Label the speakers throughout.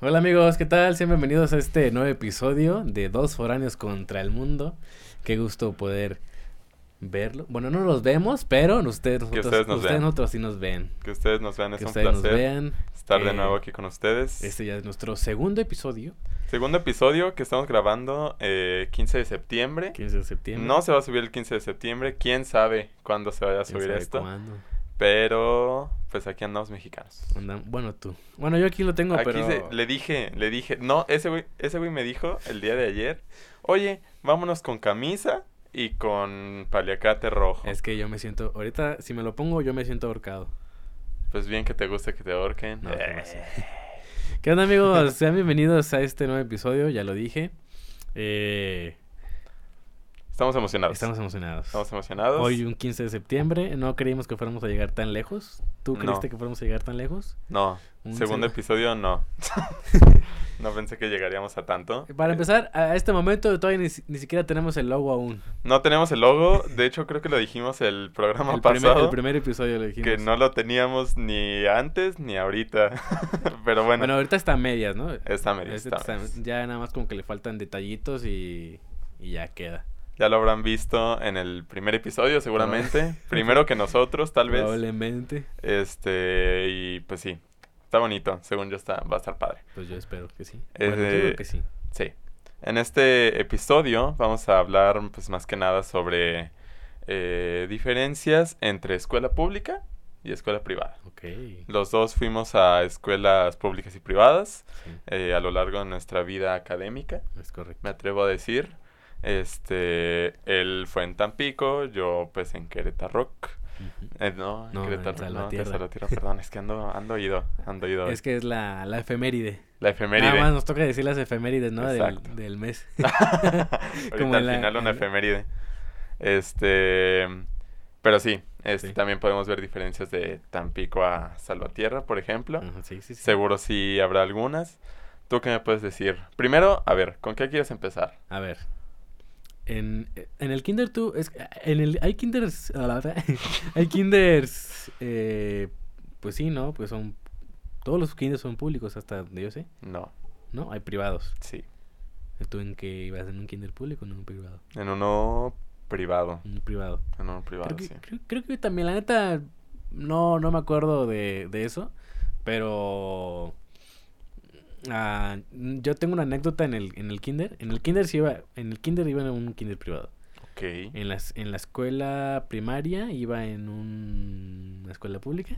Speaker 1: Hola amigos, ¿qué tal? Sean bienvenidos a este nuevo episodio de Dos Foráneos contra el Mundo. Qué gusto poder verlo. Bueno, no los vemos, pero ustedes, nosotros,
Speaker 2: ustedes nos vean.
Speaker 1: nosotros sí nos ven.
Speaker 2: Que ustedes nos vean, es
Speaker 1: que
Speaker 2: un
Speaker 1: ustedes nos
Speaker 2: placer
Speaker 1: vean.
Speaker 2: estar
Speaker 1: Eh,
Speaker 2: de nuevo aquí con ustedes.
Speaker 1: Este ya es nuestro segundo episodio,
Speaker 2: Segundo episodio que estamos grabando eh, 15 de septiembre.
Speaker 1: 15 de septiembre.
Speaker 2: No se va a subir el 15 de septiembre, quién sabe cuándo se vaya a
Speaker 1: ¿Quién
Speaker 2: subir
Speaker 1: sabe
Speaker 2: esto.
Speaker 1: cuándo?
Speaker 2: Pero pues aquí andamos mexicanos.
Speaker 1: Andam- Bueno, tú. Bueno, yo aquí lo tengo,
Speaker 2: aquí
Speaker 1: pero...
Speaker 2: se- le dije, le dije, no, ese güey, ese güey me dijo el día de ayer, oye, vámonos con camisa y con paliacate rojo.
Speaker 1: Es que yo me siento... Ahorita, si me lo pongo, yo me siento ahorcado.
Speaker 2: Pues bien que te gusta que te ahorquen.
Speaker 1: No, ¿qué
Speaker 2: Eh,
Speaker 1: más? ¿Qué onda amigos? Sean bienvenidos a este nuevo episodio, ya lo dije. Eh,
Speaker 2: estamos emocionados.
Speaker 1: estamos emocionados.
Speaker 2: Estamos emocionados.
Speaker 1: Hoy un 15 de septiembre, no creímos que fuéramos a llegar tan lejos. ¿Tú
Speaker 2: No.
Speaker 1: creíste que fuéramos a llegar tan lejos?
Speaker 2: No,
Speaker 1: Un
Speaker 2: segundo
Speaker 1: seg-
Speaker 2: episodio no. no pensé que llegaríamos a tanto.
Speaker 1: Eh, Para empezar, a este momento todavía ni, si- ni siquiera tenemos el logo aún.
Speaker 2: No tenemos el logo, de hecho creo que lo dijimos el programa
Speaker 1: El primer,
Speaker 2: pasado,
Speaker 1: el primer episodio lo dijimos.
Speaker 2: que no lo teníamos ni antes ni ahorita. Pero bueno,
Speaker 1: Bueno, ahorita está a medias, ¿no?
Speaker 2: esta me
Speaker 1: Este está- ya nada más como que le faltan detallitos y, y ya queda.
Speaker 2: Ya lo habrán visto en el primer episodio
Speaker 1: Ah.
Speaker 2: seguramente, primero que nosotros tal vez.
Speaker 1: Probablemente.
Speaker 2: Este, y pues sí, está bonito, según yo está, va a estar padre.
Speaker 1: Pues yo espero que sí.
Speaker 2: Es
Speaker 1: Bueno, yo
Speaker 2: de-
Speaker 1: creo que sí.
Speaker 2: Sí. En este episodio vamos a hablar pues más que nada sobre eh, diferencias entre escuela pública y escuela privada.
Speaker 1: Ok.
Speaker 2: Los dos fuimos a escuelas públicas y privadas
Speaker 1: sí,
Speaker 2: eh, a lo largo de nuestra vida académica,
Speaker 1: es correcto.
Speaker 2: me atrevo a decir. Este, él fue en Tampico, yo pues en Querétaro.
Speaker 1: Ujú.
Speaker 2: Eh, no, en
Speaker 1: No, en
Speaker 2: Querétaro, no, en
Speaker 1: Salvatierra.
Speaker 2: Salvatierra, perdón, es que ando, ando ido, ando ido.
Speaker 1: Es que es la, la efeméride.
Speaker 2: la efeméride.
Speaker 1: Nada más nos toca decir las efemérides, ¿no? Del,
Speaker 2: Exacto.
Speaker 1: del mes.
Speaker 2: Ahorita
Speaker 1: Como
Speaker 2: al
Speaker 1: la-
Speaker 2: final una
Speaker 1: en-
Speaker 2: efeméride. Este. Pero sí, este,
Speaker 1: Sí.
Speaker 2: también podemos ver diferencias de Tampico a Salvatierra, por ejemplo.
Speaker 1: Ajá, sí, sí, sí.
Speaker 2: Seguro sí habrá algunas. ¿Tú qué me puedes decir? Primero, a ver, ¿con qué quieres empezar?
Speaker 1: A ver. En, en el kinder tú... Es, en el, hay kinders... a la verdad, hay kinders... eh, pues sí, ¿no? Pues son... Todos los kinders son públicos hasta donde yo sé,
Speaker 2: No,
Speaker 1: ¿no? Hay privados.
Speaker 2: sí.
Speaker 1: ¿Tú en qué ibas? ¿En un kinder público o en un privado?
Speaker 2: En uno privado.
Speaker 1: En un privado.
Speaker 2: En uno privado,
Speaker 1: creo, que,
Speaker 2: sí.
Speaker 1: creo, creo que también, la neta, no, no me acuerdo de, de eso, pero ah, yo tengo una anécdota en el, en el kinder. En el kinder sí iba, en el kinder iba en un kinder privado.
Speaker 2: Ok.
Speaker 1: En, las, en la escuela primaria iba en un- una escuela pública,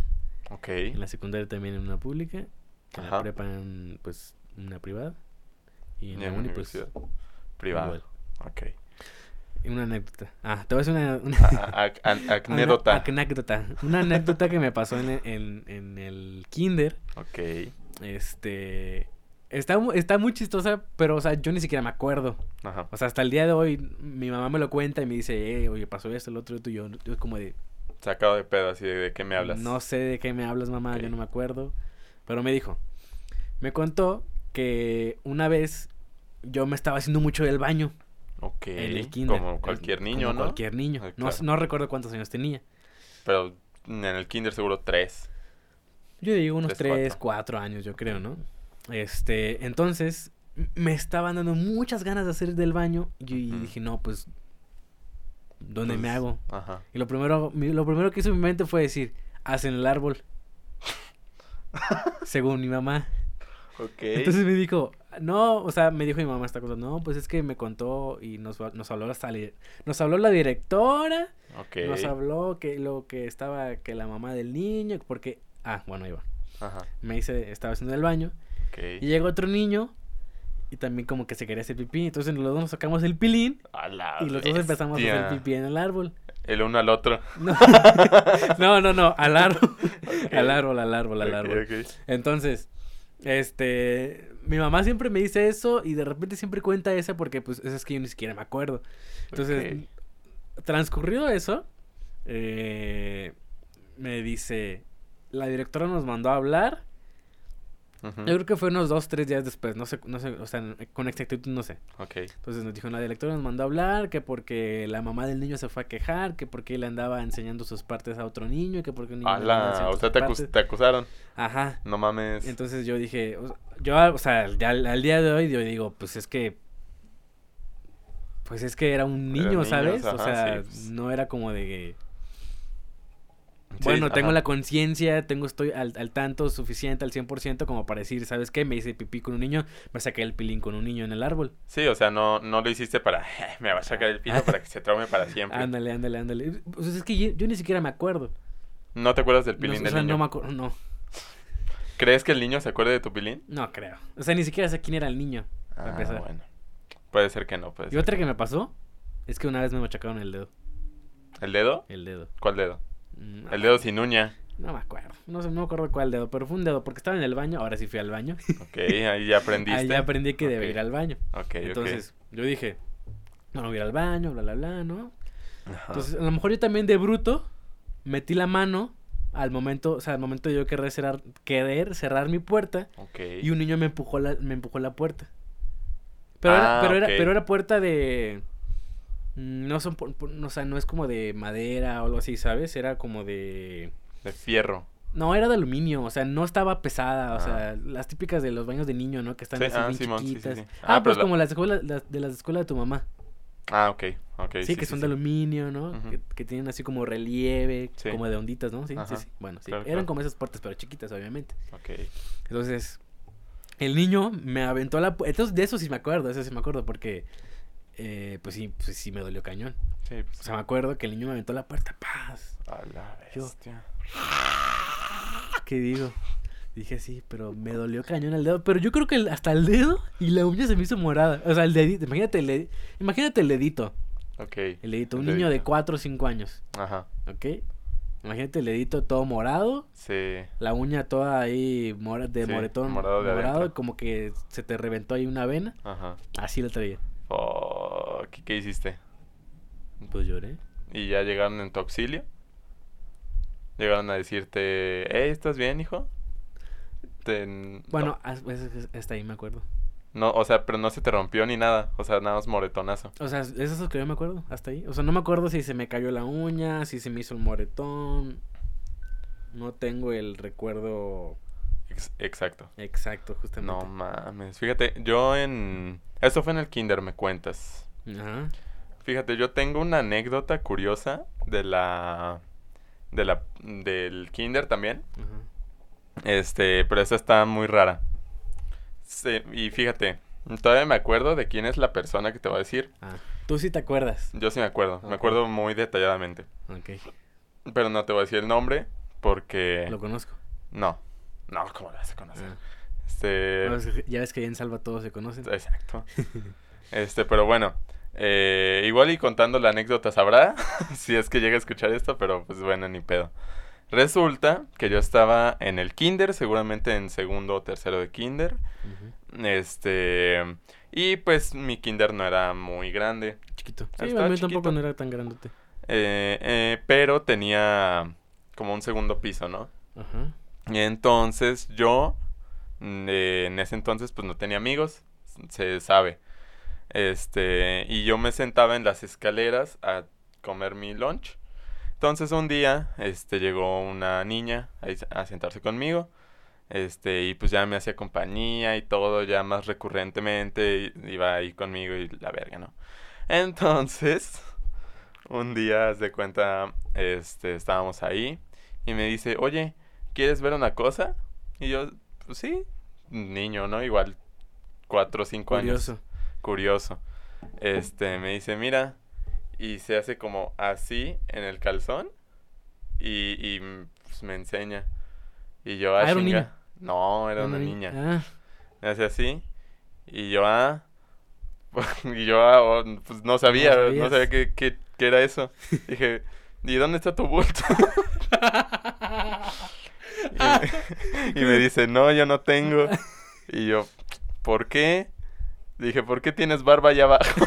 Speaker 2: Ok.
Speaker 1: en la secundaria también en una pública, en la
Speaker 2: Ajá.
Speaker 1: prepa en, pues, una privada. Y en
Speaker 2: Y
Speaker 1: la
Speaker 2: en
Speaker 1: uni, pues,
Speaker 2: universidad. Privado.
Speaker 1: igual.
Speaker 2: Ok.
Speaker 1: Una anécdota. Ah, te voy a hacer una, una-
Speaker 2: A- a- ac- an-
Speaker 1: Ana-
Speaker 2: Acnédota.
Speaker 1: Anécdota. Una anécdota que me pasó en, en- en el kinder.
Speaker 2: Ok.
Speaker 1: Este. Está, mu- está muy chistosa, pero, o sea, yo ni siquiera me acuerdo.
Speaker 2: Ajá.
Speaker 1: O sea, hasta el día de hoy, mi mamá me lo cuenta y me dice, "Eh, oye, pasó esto, el otro, esto", y yo, yo como de...
Speaker 2: Sacado de pedo así de, de qué me hablas.
Speaker 1: No sé de qué me hablas, mamá, yo
Speaker 2: Ok.
Speaker 1: no me acuerdo. Pero me dijo, me contó que una vez yo me estaba haciendo mucho del baño
Speaker 2: Ok.
Speaker 1: en el kinder.
Speaker 2: Como
Speaker 1: El-
Speaker 2: cualquier
Speaker 1: como
Speaker 2: niño, ¿no?
Speaker 1: cualquier niño.
Speaker 2: Ah,
Speaker 1: No-
Speaker 2: claro.
Speaker 1: no recuerdo cuántos años tenía.
Speaker 2: Pero en el kinder seguro tres.
Speaker 1: Yo digo unos
Speaker 2: Tres,
Speaker 1: 3, 4 años, yo creo, ¿no? Este, entonces, m- me estaban dando muchas ganas de hacer del baño y, y
Speaker 2: Ujú. Pues
Speaker 1: dije, no, pues, ¿dónde me
Speaker 2: Entonces,
Speaker 1: hago?
Speaker 2: Ajá.
Speaker 1: Y lo primero, mi- lo primero que hizo mi mente fue decir, haz en el árbol. Según mi mamá.
Speaker 2: Ok.
Speaker 1: Entonces me dijo, no, o sea, me dijo mi mamá esta cosa, no, pues es que me contó y nos, va- nos habló hasta la- nos habló la directora,
Speaker 2: ok.
Speaker 1: nos habló que lo que estaba, que la mamá del niño, porque, ah, bueno, ahí va
Speaker 2: Ajá.
Speaker 1: me hice, estaba haciendo el baño.
Speaker 2: Ok.
Speaker 1: Y llegó otro niño y también como que se quería hacer pipí. Entonces los dos nos sacamos el pilín
Speaker 2: A la
Speaker 1: y los dos empezamos a
Speaker 2: bestia.
Speaker 1: hacer pipí en el árbol.
Speaker 2: El uno al otro.
Speaker 1: No, no, no, no, al árbol. Al árbol, al árbol, al
Speaker 2: Ok,
Speaker 1: árbol.
Speaker 2: ok.
Speaker 1: Entonces, este, mi mamá siempre me dice eso y de repente siempre cuenta esa porque pues esa es que yo ni siquiera me acuerdo. Entonces, transcurrido eso, eh, me dice, la directora nos mandó a hablar
Speaker 2: Ujú.
Speaker 1: Yo creo que fue unos dos, tres días después, no sé, no sé, o sea, con exactitud no sé.
Speaker 2: Ok.
Speaker 1: Entonces nos dijo, la directora nos mandó a hablar que porque la mamá del niño se fue a quejar, que porque él andaba enseñando sus partes a otro niño, que porque un niño... le andaba
Speaker 2: Ala,
Speaker 1: enseñando
Speaker 2: o sea,
Speaker 1: sus
Speaker 2: te, acus-
Speaker 1: partes".
Speaker 2: te acusaron.
Speaker 1: Ajá.
Speaker 2: No mames.
Speaker 1: Entonces yo dije, o- yo, o sea, ya al, al día de hoy yo digo, pues es que, pues es que era un
Speaker 2: Eran
Speaker 1: niño,
Speaker 2: niños,
Speaker 1: ¿sabes? o
Speaker 2: ajá,
Speaker 1: sea,
Speaker 2: sí, pues.
Speaker 1: no era como de, que,
Speaker 2: Sí,
Speaker 1: bueno, tengo
Speaker 2: ajá.
Speaker 1: la conciencia, tengo, estoy al, al tanto suficiente, al 100% como para decir, ¿sabes qué? Me hice pipí con un niño, me saqué el pilín con un niño en el árbol.
Speaker 2: Sí, o sea, no, no lo hiciste para. "Eh, Me va a sacar
Speaker 1: Ah.
Speaker 2: el pito para que se traume para siempre.
Speaker 1: Ándale, ándale, ándale. Pues es que yo, yo ni siquiera me acuerdo.
Speaker 2: ¿No te acuerdas del
Speaker 1: No,
Speaker 2: pilín
Speaker 1: o
Speaker 2: del
Speaker 1: sea,
Speaker 2: niño?
Speaker 1: no me acuerdo, no,
Speaker 2: ¿Crees que el niño se acuerde de tu pilín?
Speaker 1: no creo. O sea, ni siquiera sé quién era el niño. Para
Speaker 2: Ah,
Speaker 1: empezar.
Speaker 2: bueno. Puede ser que no. Puede
Speaker 1: Y
Speaker 2: ser
Speaker 1: otra
Speaker 2: que
Speaker 1: que me pasó es que una vez me machacaron el dedo,
Speaker 2: no. ¿El dedo?
Speaker 1: el dedo.
Speaker 2: ¿Cuál dedo?
Speaker 1: Mm,
Speaker 2: El dedo sin uña.
Speaker 1: No me acuerdo. No sé, no me acuerdo cuál dedo, pero fue un dedo porque estaba en el baño. Ahora sí fui al baño.
Speaker 2: Ok, ahí ya aprendiste.
Speaker 1: Ahí ya aprendí que debe
Speaker 2: Ok,
Speaker 1: ir al baño.
Speaker 2: Ok, ok.
Speaker 1: Entonces, yo dije, no voy a ir al baño, bla, bla, bla, ¿no?
Speaker 2: Ajá.
Speaker 1: Entonces, a lo mejor yo también de bruto metí la mano al momento, o sea, al momento de yo querer cerrar, querer cerrar mi puerta
Speaker 2: Ok.
Speaker 1: y un niño me empujó la, me empujó la puerta. Pero, era,
Speaker 2: Ah,
Speaker 1: pero,
Speaker 2: ok.
Speaker 1: era, pero era puerta de... mm, No son, pu- pu- o sea, no es como de madera o algo así, ¿sabes? Era como de...
Speaker 2: De fierro.
Speaker 1: No, era de aluminio, o sea, no estaba pesada, o
Speaker 2: Ah.
Speaker 1: sea, las típicas de los baños de niño, ¿no? Que están
Speaker 2: Sí,
Speaker 1: así
Speaker 2: ah,
Speaker 1: bien
Speaker 2: Simón, sí, sí,
Speaker 1: chiquitas.
Speaker 2: sí.
Speaker 1: Ah,
Speaker 2: Ah,
Speaker 1: pues
Speaker 2: pero la-
Speaker 1: como las escuelas las- de las escuelas de tu mamá.
Speaker 2: Ah, ok. ok.
Speaker 1: Sí, que son de
Speaker 2: sí.
Speaker 1: aluminio, ¿no?
Speaker 2: Ujú.
Speaker 1: que, que tienen así como relieve,
Speaker 2: Sí.
Speaker 1: como de onditas, ¿no? Sí,
Speaker 2: Ajá.
Speaker 1: sí, sí. Bueno, sí.
Speaker 2: Claro,
Speaker 1: Eran
Speaker 2: claro.
Speaker 1: como esas puertas, pero chiquitas, obviamente.
Speaker 2: Ok.
Speaker 1: Entonces, el niño me aventó la pu- Entonces, de eso sí me acuerdo, de eso sí me acuerdo, porque, eh, pues sí, pues sí me dolió cañón.
Speaker 2: Sí, pues.
Speaker 1: O sea, me acuerdo que el niño me aventó la puerta, paz.
Speaker 2: A la
Speaker 1: Yo-
Speaker 2: bestia.
Speaker 1: ¿Qué digo? Dije sí, pero me dolió cañón el dedo. Pero yo creo que el- hasta el dedo y la uña se me hizo morada. O sea, el dedito. Imagínate el, dedi- imagínate el dedito.
Speaker 2: Ok.
Speaker 1: El dedito. Un
Speaker 2: El
Speaker 1: niño de
Speaker 2: dedito.
Speaker 1: 4 o 5 años.
Speaker 2: Ajá.
Speaker 1: ¿Ok? Imagínate el dedito todo morado.
Speaker 2: Sí.
Speaker 1: La uña toda ahí mora- de
Speaker 2: Sí,
Speaker 1: moretón.
Speaker 2: morado de adentro.
Speaker 1: como que se te reventó ahí una vena.
Speaker 2: Ajá.
Speaker 1: Así lo traía.
Speaker 2: Fuck, ¿y ¿Qué hiciste?
Speaker 1: Pues lloré.
Speaker 2: ¿Y ya llegaron en tu auxilio? ¿Llegaron a decirte, hey, ¿estás bien, hijo? Te- no-
Speaker 1: Bueno, as- pues, es- hasta ahí me acuerdo.
Speaker 2: No, o sea, pero no se te rompió ni nada. O sea, nada más moretonazo.
Speaker 1: O sea, eso es lo que yo me acuerdo. Hasta ahí. O sea, no me acuerdo si se me cayó la uña, si se me hizo el moretón. No tengo el recuerdo
Speaker 2: Ex- exacto.
Speaker 1: exacto, justamente.
Speaker 2: No mames. Fíjate, yo en... Esto fue en el kinder, me cuentas.
Speaker 1: Ajá.
Speaker 2: Fíjate, yo tengo una anécdota curiosa de la... De la... Del kinder también.
Speaker 1: Ajá.
Speaker 2: Este, pero esta está muy rara. Sí, y fíjate, todavía me acuerdo de quién es la persona que te va a decir.
Speaker 1: Ah, Tú sí te acuerdas.
Speaker 2: Yo sí me acuerdo,
Speaker 1: Ok.
Speaker 2: me acuerdo muy detalladamente.
Speaker 1: Ok.
Speaker 2: Pero no te voy a decir el nombre porque...
Speaker 1: Lo conozco.
Speaker 2: No, no, ¿cómo lo vas a conocer?
Speaker 1: Ah.
Speaker 2: Este...
Speaker 1: No, es que ya ves que allá en Salva todos se conocen.
Speaker 2: Exacto. este, pero bueno, eh, igual y contando la anécdota sabrá si es que llega a escuchar esto, pero pues bueno, ni pedo. Resulta que yo estaba en el kinder, seguramente en segundo o tercero de kinder.
Speaker 1: Ujú.
Speaker 2: Este. Y pues mi kinder no era muy grande.
Speaker 1: Chiquito. Sí,
Speaker 2: Estaba
Speaker 1: a mí
Speaker 2: chiquito.
Speaker 1: tampoco no era tan grandote.
Speaker 2: eh, eh, pero tenía como un segundo piso, ¿no?
Speaker 1: Ajá.
Speaker 2: Y entonces yo. mm, eh, en ese entonces, pues no tenía amigos. Se sabe. Este. Y yo me sentaba en las escaleras a comer mi lunch. Entonces un día, este, llegó una niña a, is- a sentarse conmigo. Este, y pues ya me hacía compañía y todo, ya más recurrentemente i- iba ahí conmigo y la verga, ¿no? Entonces, un día, haz de cuenta, este, estábamos ahí y me dice, oye, ¿quieres ver una cosa? Y yo, pues sí, niño, ¿no? Igual, cuatro o cinco años
Speaker 1: Curioso.
Speaker 2: curioso. Este, me dice, mira, y se hace como así en el calzón y, y, mm, pues, me enseña. Y yo,
Speaker 1: Ah, ¿era un
Speaker 2: chinga".
Speaker 1: niño?
Speaker 2: No, era una
Speaker 1: ni-
Speaker 2: niña.
Speaker 1: Ah,
Speaker 2: Me hace así y yo, ah, y yo, ah, oh, pues no sabía, no
Speaker 1: sabías.
Speaker 2: sabía qué, qué- qué era eso. Dije, ¿y dónde está tu bulto?
Speaker 1: Ah.
Speaker 2: Y me- y me dice, no, yo no tengo. Y yo, ¿por qué? Dije, ¿por qué tienes barba allá abajo?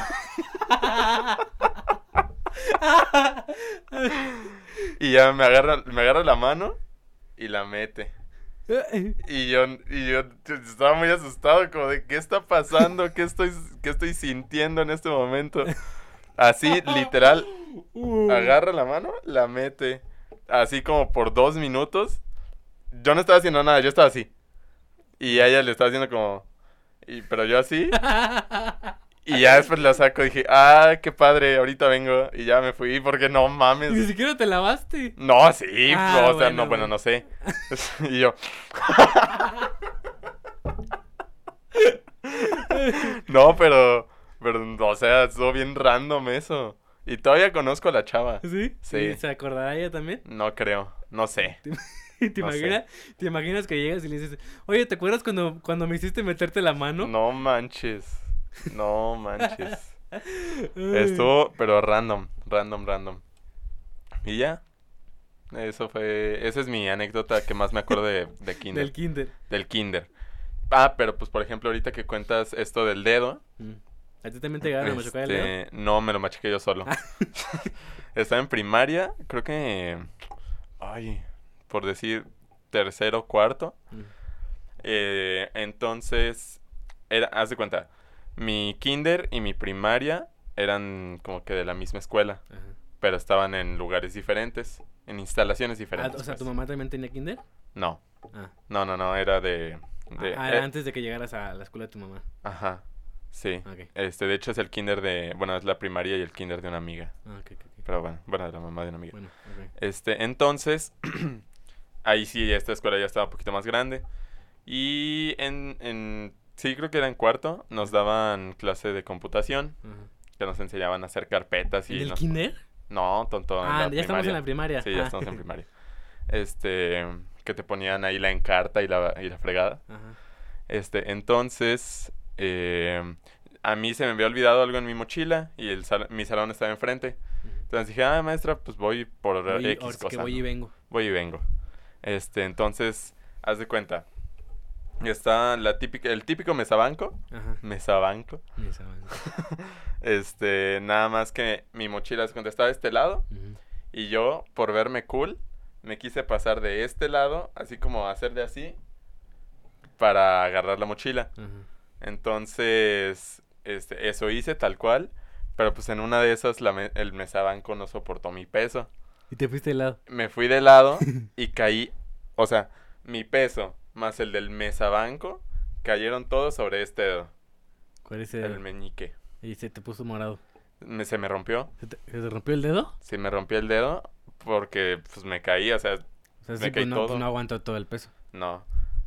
Speaker 2: Y ya me agarra, me agarra la mano y la mete.
Speaker 1: Eh.
Speaker 2: Y yo, y yo estaba muy asustado, como de, ¿qué está pasando? ¿Qué estoy, qué estoy sintiendo en este momento? Así, literal,
Speaker 1: Uh.
Speaker 2: agarra la mano, la mete, así como por dos minutos. Yo no estaba haciendo nada, yo estaba así. Y ella le estaba haciendo como, y, pero yo así. Y ya después la saco y dije, ah, qué padre, ahorita vengo. Y ya me fui, porque no mames.
Speaker 1: Ni siquiera te lavaste.
Speaker 2: No, sí,
Speaker 1: Ah,
Speaker 2: o
Speaker 1: bueno,
Speaker 2: sea, no, bueno,
Speaker 1: bueno.
Speaker 2: no sé. y yo. no, pero, pero, o sea, estuvo bien random eso. Y todavía conozco a la chava.
Speaker 1: ¿Sí?
Speaker 2: Sí.
Speaker 1: ¿Y ¿Se acordará ella también?
Speaker 2: No creo, no sé.
Speaker 1: ¿Te,
Speaker 2: No sé.
Speaker 1: imaginas, ¿Te imaginas que llegas y le dices, oye, ¿te acuerdas cuando, cuando me hiciste meterte la mano?
Speaker 2: No manches, no manches.
Speaker 1: Ay.
Speaker 2: Estuvo, pero random, random, random. Y ya. Eso fue, esa es mi anécdota que más me acuerdo de, de kinder.
Speaker 1: Del kinder.
Speaker 2: Del kinder. Ah, pero pues por ejemplo ahorita que cuentas esto del dedo.
Speaker 1: Mm. ¿A ti también te llegaron a machucar el dedo?
Speaker 2: este, No, me lo machuqué yo solo. Estaba en primaria, creo que... Ay, por decir tercero, cuarto.
Speaker 1: Mm.
Speaker 2: Eh, entonces, era, haz de cuenta, mi kinder y mi primaria eran como que de la misma escuela,
Speaker 1: Ajá.
Speaker 2: pero estaban en lugares diferentes, en instalaciones
Speaker 1: Ah,
Speaker 2: diferentes.
Speaker 1: o sea, ¿tu
Speaker 2: pues.
Speaker 1: mamá también tenía kinder?
Speaker 2: No,
Speaker 1: Ah,
Speaker 2: no, no, no, era de... de-
Speaker 1: Ah,
Speaker 2: eh,
Speaker 1: era antes de que llegaras a la escuela de tu mamá. Ah,
Speaker 2: Ajá, sí.
Speaker 1: Ok.
Speaker 2: Este, de hecho es el kinder de, bueno, es la primaria y el kinder de una amiga.
Speaker 1: Ah, ok, ok, ok.
Speaker 2: Pero bueno, bueno, de la mamá de una amiga.
Speaker 1: Bueno, ok.
Speaker 2: Este, entonces, ahí sí, esta escuela ya estaba un poquito más grande. Y en, en, sí, creo que era en cuarto, nos daban clase de computación,
Speaker 1: Ajá.
Speaker 2: que nos enseñaban a hacer carpetas y...
Speaker 1: ¿Del
Speaker 2: nos-
Speaker 1: kinder?
Speaker 2: No, tonto, en
Speaker 1: Ah, ya
Speaker 2: la
Speaker 1: estamos en la primaria.
Speaker 2: primaria. Sí, ya
Speaker 1: Ah.
Speaker 2: estamos en primaria. Este, que te ponían ahí la encarta y la, y la fregada.
Speaker 1: Ajá.
Speaker 2: Este, entonces, eh, a mí se me había olvidado algo en mi mochila y el sal- mi salón estaba enfrente.
Speaker 1: Ujú.
Speaker 2: Entonces dije, ah, maestra, pues voy por
Speaker 1: Voy y-
Speaker 2: X
Speaker 1: ahora sí que
Speaker 2: cosa,
Speaker 1: voy y
Speaker 2: ¿no?
Speaker 1: vengo.
Speaker 2: Voy y vengo. Este, entonces, haz de cuenta. Está la típica, el típico mesabanco.
Speaker 1: Ajá.
Speaker 2: Mesabanco.
Speaker 1: Ni esa madre.
Speaker 2: Este, nada más que mi mochila se contestaba de este lado.
Speaker 1: Ujú.
Speaker 2: Y yo, por verme cool, me quise pasar de este lado, así como hacer de así, para agarrar la mochila.
Speaker 1: Ajá.
Speaker 2: Entonces, este, eso hice tal cual. Pero pues en una de esas la me- el mesabanco no soportó mi peso.
Speaker 1: Y te fuiste de lado.
Speaker 2: Me fui de lado y caí. O sea, mi peso más el del mesabanco cayeron todos sobre este dedo,
Speaker 1: ¿Cuál es
Speaker 2: el
Speaker 1: el?
Speaker 2: meñique.
Speaker 1: Y se te puso morado.
Speaker 2: Me- se me rompió.
Speaker 1: ¿Se te, se te rompió el dedo?
Speaker 2: Se me rompió el dedo porque pues me caí, o sea,
Speaker 1: O sea,
Speaker 2: Me
Speaker 1: sí,
Speaker 2: caí
Speaker 1: pues no,
Speaker 2: todo.
Speaker 1: pues no aguantó todo el peso.
Speaker 2: no.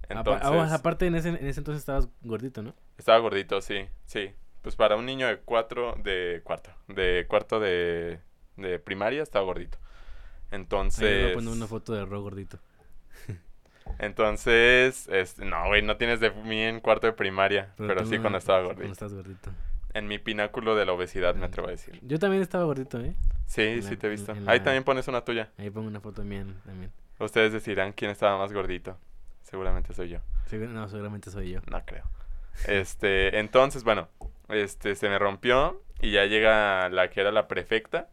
Speaker 1: Apa-
Speaker 2: Entonces,
Speaker 1: ah, bueno, aparte, en ese, en ese entonces estabas gordito, ¿no?
Speaker 2: estaba gordito, sí, sí. Pues para un niño de cuatro, de cuarto, de cuarto de, de primaria estaba gordito.
Speaker 1: Ahí les voy a
Speaker 2: Entonces,
Speaker 1: poner una foto de Ro gordito.
Speaker 2: entonces, este, no, güey, no tienes de mí en cuarto de primaria, pero,
Speaker 1: tú
Speaker 2: sí
Speaker 1: no-
Speaker 2: cuando estaba
Speaker 1: Cuando
Speaker 2: gordito.
Speaker 1: estabas gordito.
Speaker 2: En mi pináculo de la obesidad, me
Speaker 1: Ah.
Speaker 2: atrevo a decir.
Speaker 1: Yo también estaba gordito, ¿eh?
Speaker 2: Sí,
Speaker 1: En la-
Speaker 2: sí te he
Speaker 1: en-
Speaker 2: visto.
Speaker 1: en
Speaker 2: Ahí
Speaker 1: la-
Speaker 2: también pones una tuya.
Speaker 1: Ahí pongo una foto mía también.
Speaker 2: Ustedes decidirán quién estaba más gordito. Seguramente soy yo.
Speaker 1: Segu- No, seguramente soy yo.
Speaker 2: No creo. Este, entonces, bueno, este se me rompió y ya llega la que era la prefecta.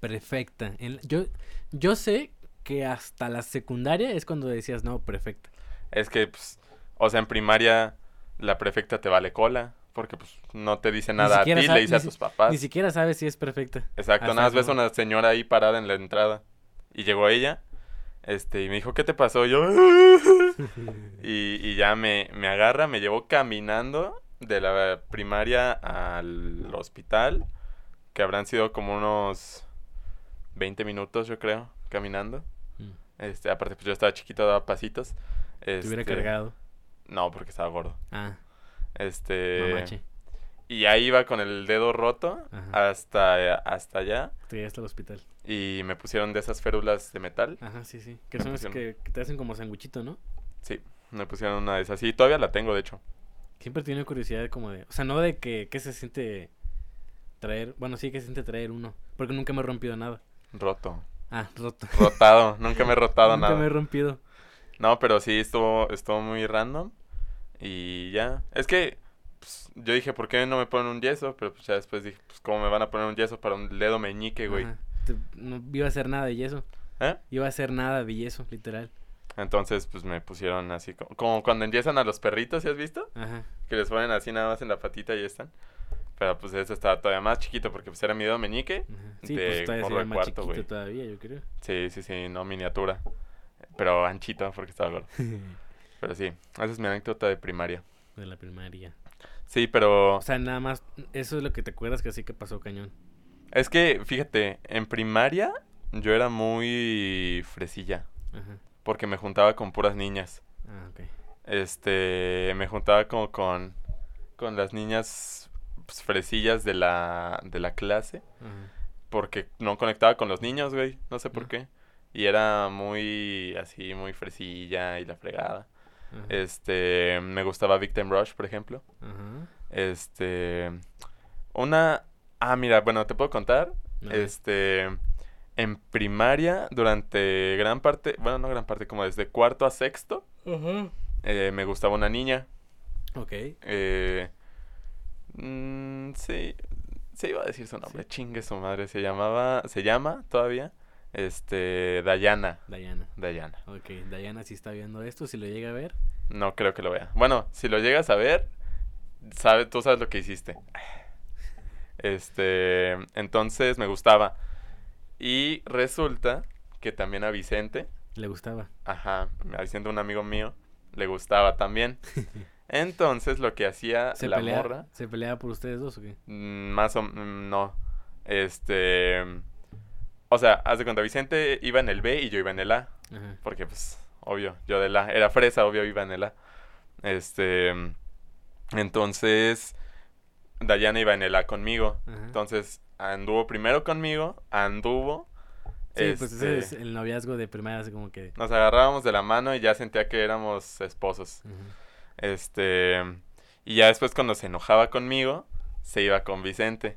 Speaker 1: Perfecta. En la- yo, yo sé que hasta la secundaria es cuando decías, no, perfecta.
Speaker 2: Es que, pues, o sea, en primaria la prefecta te vale cola porque pues no te dice nada a ti,
Speaker 1: siquiera sabe-
Speaker 2: le dice
Speaker 1: ni
Speaker 2: a
Speaker 1: si- Ah,
Speaker 2: tus papás.
Speaker 1: Ni siquiera sabes si es perfecta.
Speaker 2: Exacto,
Speaker 1: Hasta
Speaker 2: nada más
Speaker 1: eso.
Speaker 2: ves a una señora ahí parada en la entrada. Y llegó ella, este, y me dijo, ¿qué te pasó? Y yo,
Speaker 1: Mm,
Speaker 2: y, y ya me, me agarra, me llevó caminando de la primaria al hospital, que habrán sido como unos 20 minutos, yo creo, caminando.
Speaker 1: Mm.
Speaker 2: Este, aparte, pues yo estaba chiquito, daba pasitos.
Speaker 1: Te hubiera
Speaker 2: Este,
Speaker 1: cargado.
Speaker 2: No, porque estaba gordo.
Speaker 1: Ah,
Speaker 2: Este,
Speaker 1: mamache.
Speaker 2: y ya iba con el dedo roto
Speaker 1: Ajá.
Speaker 2: hasta, hasta allá.
Speaker 1: Te llevaste al hospital.
Speaker 2: Y me pusieron de esas férulas de metal.
Speaker 1: Ajá, sí, sí. Que son las
Speaker 2: pusieron-
Speaker 1: que, que te hacen como sanguchito, ¿no?
Speaker 2: Sí, me pusieron una de esas. Sí, todavía la tengo, de hecho.
Speaker 1: Siempre tiene curiosidad como de... O sea, no de que, que se siente traer... Bueno, sí, que se siente traer uno. Porque nunca me he rompido nada.
Speaker 2: Roto.
Speaker 1: Ah, roto.
Speaker 2: Rotado. Nunca me he rotado
Speaker 1: nunca
Speaker 2: nada.
Speaker 1: me he rompido.
Speaker 2: No, pero sí, estuvo, estuvo muy random. Y ya. Es que pues, yo dije, ¿por qué no me ponen un yeso? Pero pues ya después dije, pues ¿cómo me van a poner un yeso para un dedo meñique, güey?
Speaker 1: Ajá. Te- No iba a hacer nada de yeso.
Speaker 2: ¿Eh?
Speaker 1: Iba a hacer nada de yeso, literal.
Speaker 2: Entonces, pues me pusieron así, co- como, cuando empiezan a los perritos, ¿sí has visto?
Speaker 1: Ajá.
Speaker 2: Que les ponen así nada más en la patita y ya están. Pero pues este estaba todavía más chiquito porque pues era mi dedo meñique.
Speaker 1: ajá. Sí,
Speaker 2: De
Speaker 1: pues todavía
Speaker 2: morro
Speaker 1: sería
Speaker 2: de
Speaker 1: más
Speaker 2: cuarto,
Speaker 1: chiquito
Speaker 2: güey.
Speaker 1: todavía, yo creo.
Speaker 2: Sí, sí, sí, no miniatura. Pero anchito porque estaba gordo. Pero sí, esa es mi anécdota de primaria.
Speaker 1: De la primaria.
Speaker 2: Sí, pero
Speaker 1: O sea, nada más, eso es lo que te acuerdas que así que pasó cañón.
Speaker 2: es que, fíjate, en primaria yo era muy fresilla.
Speaker 1: Ajá.
Speaker 2: Porque me juntaba con puras niñas.
Speaker 1: Ah, ok.
Speaker 2: Este, me juntaba como con, con las niñas pues, fresillas de la, de la clase.
Speaker 1: Ajá.
Speaker 2: Porque no conectaba con los niños, güey. No sé por
Speaker 1: Ujú.
Speaker 2: qué. Y era muy así, muy fresilla y la fregada.
Speaker 1: Ajá.
Speaker 2: Este, me gustaba Victim Rush, por ejemplo.
Speaker 1: Ajá.
Speaker 2: Este, una... Ah, mira, bueno, te puedo contar.
Speaker 1: A ver.
Speaker 2: Este, en primaria, durante gran parte, bueno, no gran parte, como desde cuarto a sexto, eh, me gustaba una niña.
Speaker 1: Ok.
Speaker 2: Eh, mm, sí, se iba a decir su nombre, chingue su madre, se llamaba, se llama todavía, este, Dayana,
Speaker 1: Dayana.
Speaker 2: Dayana.
Speaker 1: Ok, Dayana si está viendo esto, si lo llega a ver.
Speaker 2: No creo que lo vea. Bueno, si lo llegas a ver, sabe, tú sabes lo que hiciste. Este, entonces me gustaba. Y resulta que también a Vicente,
Speaker 1: Le gustaba.
Speaker 2: ajá, a Vicente un amigo mío, le gustaba también. Entonces lo que hacía
Speaker 1: ¿Se,
Speaker 2: la
Speaker 1: pelea-
Speaker 2: morra...
Speaker 1: ¿Se peleaba por ustedes dos o qué?
Speaker 2: Mm, Más o mm, no. Este. O sea, haz de cuenta, Vicente iba en el B y yo iba en el A.
Speaker 1: Ajá.
Speaker 2: Porque, pues, obvio, yo del A. Era fresa, obvio, iba en el A. Este. Entonces. Dayana iba en el A conmigo.
Speaker 1: Ajá.
Speaker 2: Entonces, anduvo primero conmigo, anduvo.
Speaker 1: Sí, pues ese es
Speaker 2: este,
Speaker 1: el noviazgo de primaria, así como que.
Speaker 2: Nos agarrábamos de la mano y ya sentía que éramos esposos.
Speaker 1: Ajá.
Speaker 2: Este. Y ya después, cuando se enojaba conmigo, se iba con Vicente.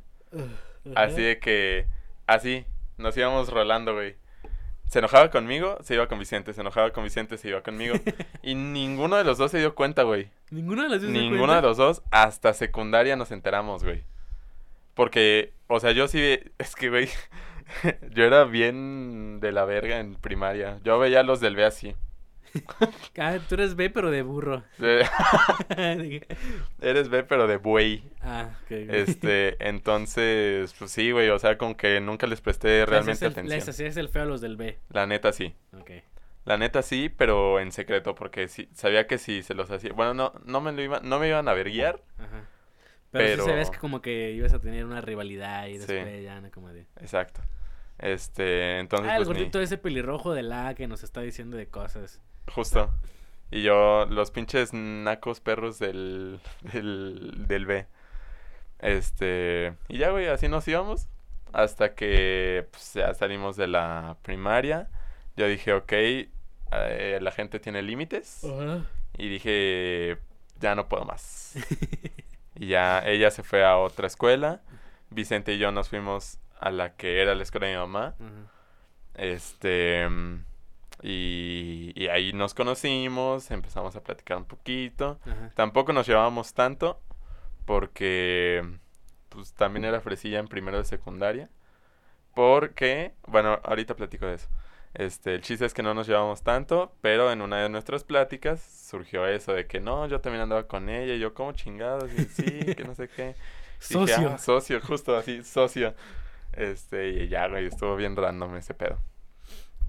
Speaker 2: Así de que, así, nos íbamos rolando, güey. Se enojaba conmigo, se iba con Vicente. Se enojaba con Vicente, se iba conmigo. y ninguno de los dos se dio cuenta, güey.
Speaker 1: Ninguno de los dos. se dio
Speaker 2: Ninguno
Speaker 1: cuenta?
Speaker 2: de los dos, hasta secundaria nos enteramos, güey. Porque, o sea, yo sí, es que, güey, yo era bien de la verga en primaria. Yo veía a los del B así.
Speaker 1: Ah, tú eres B, pero de burro.
Speaker 2: Eh, Eres B, pero de buey.
Speaker 1: ah, ok.
Speaker 2: Este, entonces, pues sí, güey, o sea, con que nunca les presté realmente
Speaker 1: les hacías el- Les
Speaker 2: atención.
Speaker 1: hacías el feo a los del B.
Speaker 2: La neta sí.
Speaker 1: Ok.
Speaker 2: La neta sí, pero en secreto, porque sí, sabía que si se los hacía. Bueno, no, no me lo iba, no me iban a verguiar.
Speaker 1: Ajá. Pero, sí
Speaker 2: Pero-
Speaker 1: sabías que como que ibas a tener una rivalidad y
Speaker 2: Sí.
Speaker 1: después ya no como de...
Speaker 2: Exacto. Este, entonces
Speaker 1: ah, el
Speaker 2: pues, mi-
Speaker 1: gordito ese pelirrojo de la que nos está diciendo de cosas.
Speaker 2: justo. Y yo, los pinches nacos perros del, del, del B. Este, y ya, güey, así nos íbamos. Hasta que pues, ya salimos de la primaria. Yo dije, ok, eh, la gente tiene límites.
Speaker 1: Ah.
Speaker 2: Y dije, ya no puedo más. y ya ella se fue a otra escuela. Vicente y yo nos fuimos a la que era la escuela de mi mamá.
Speaker 1: Ajá.
Speaker 2: Este. mm, Y, y ahí nos conocimos, empezamos a platicar un poquito.
Speaker 1: Ajá.
Speaker 2: Tampoco nos llevábamos tanto porque pues también era fresilla en primero de secundaria. Porque, bueno, ahorita platico de eso. Este, el chiste es que no nos llevábamos tanto, pero en una de nuestras pláticas surgió eso de que no, yo también andaba con ella, y yo como chingados, y sí, que no sé qué. Y dije,
Speaker 1: Socio.
Speaker 2: "Ah, socio, justo así, socio. Este, y ya, güey, estuvo bien random ese pedo.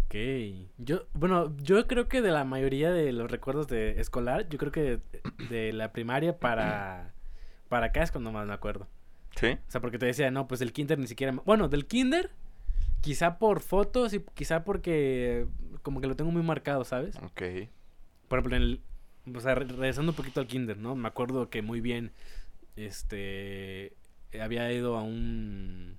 Speaker 1: Ok. Yo, bueno, yo creo que de la mayoría de los recuerdos de escolar, yo creo que de, de la primaria para, para acá es cuando más me acuerdo.
Speaker 2: ¿Sí?
Speaker 1: O sea, porque te decía, no, pues del kinder ni siquiera... me- Bueno, del kinder, quizá por fotos y quizá porque como que lo tengo muy marcado, ¿sabes?
Speaker 2: Ok.
Speaker 1: Por ejemplo, en el, o sea, re- regresando un poquito al kinder, ¿no? Me acuerdo que muy bien, este, había ido a un,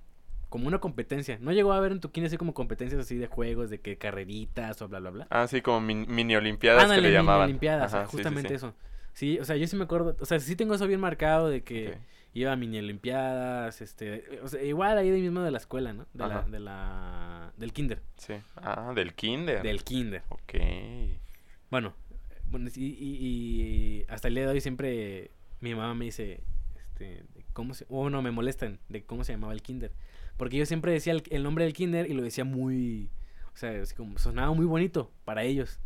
Speaker 1: como una competencia. ¿No llegó a haber en tu kinder así como competencias así de juegos, de que carreritas o bla, bla, bla?
Speaker 2: Ah, sí, como min- mini olimpiadas que le
Speaker 1: mini
Speaker 2: llamaban.
Speaker 1: olimpiadas,
Speaker 2: Ajá, sí, sí,
Speaker 1: justamente
Speaker 2: sí.
Speaker 1: eso. Sí, o sea, yo sí me acuerdo, o sea, sí tengo eso bien marcado de que
Speaker 2: Ok.
Speaker 1: iba a mini olimpiadas, este, o sea, igual ahí mismo de la escuela, ¿no? De la,
Speaker 2: Ajá.
Speaker 1: de la, del kinder,
Speaker 2: Sí. Ah, del kinder.
Speaker 1: del kinder.
Speaker 2: Ok.
Speaker 1: Bueno, bueno, sí, y, y hasta el día de hoy siempre mi mamá me dice, este, ¿cómo se...? O no, me molestan de cómo se llamaba el kinder. Porque yo siempre decía el, el nombre del kinder y lo decía muy... O sea, así como sonaba muy bonito para ellos.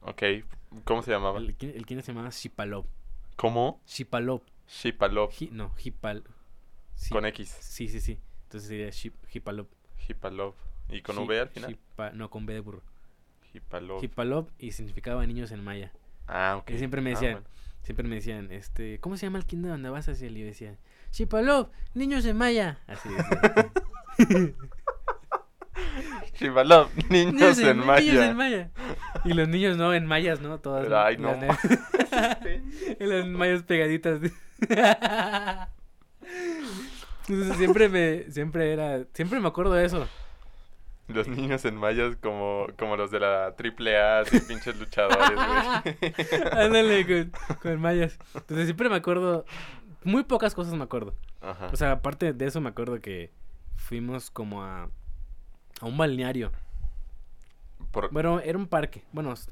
Speaker 2: Ok. ¿Cómo se llamaba?
Speaker 1: El, ki- el kinder se llamaba Shipalop.
Speaker 2: ¿Cómo?
Speaker 1: Shipalop.
Speaker 2: Shipalop.
Speaker 1: Ji- no, Hipal. Sí.
Speaker 2: Con X.
Speaker 1: Sí, sí, sí. Entonces sería Ship, Hipalop.
Speaker 2: Hipalop. ¿Y con
Speaker 1: Ji-
Speaker 2: V al final?
Speaker 1: Shipa- no, con B de burro.
Speaker 2: Hipalop.
Speaker 1: Hipalop y significaba niños en maya.
Speaker 2: Ah, ok.
Speaker 1: Y siempre me
Speaker 2: Ah,
Speaker 1: decían,
Speaker 2: bueno.
Speaker 1: siempre me decían, este, ¿cómo se llama el kinder donde vas hacia él? Y yo decía, Shipalop, niños en maya. Así decía.
Speaker 2: Shipalop, niños,
Speaker 1: niños,
Speaker 2: en
Speaker 1: niños
Speaker 2: maya.
Speaker 1: en maya. Y los niños no, en mayas, ¿no? Todas.
Speaker 2: Pero, ay, no.
Speaker 1: las ne- Y las mayas pegaditas. Entonces siempre me, siempre era, siempre me acuerdo de eso.
Speaker 2: Los niños en mayas como, como los de la triple A, así pinches luchadores, güey.
Speaker 1: Ándale con, con mayas. Entonces siempre me acuerdo, muy pocas cosas me acuerdo.
Speaker 2: Ajá.
Speaker 1: O sea, aparte de eso me acuerdo que fuimos como a, a un balneario.
Speaker 2: Por
Speaker 1: Bueno, era un parque. Bueno, s-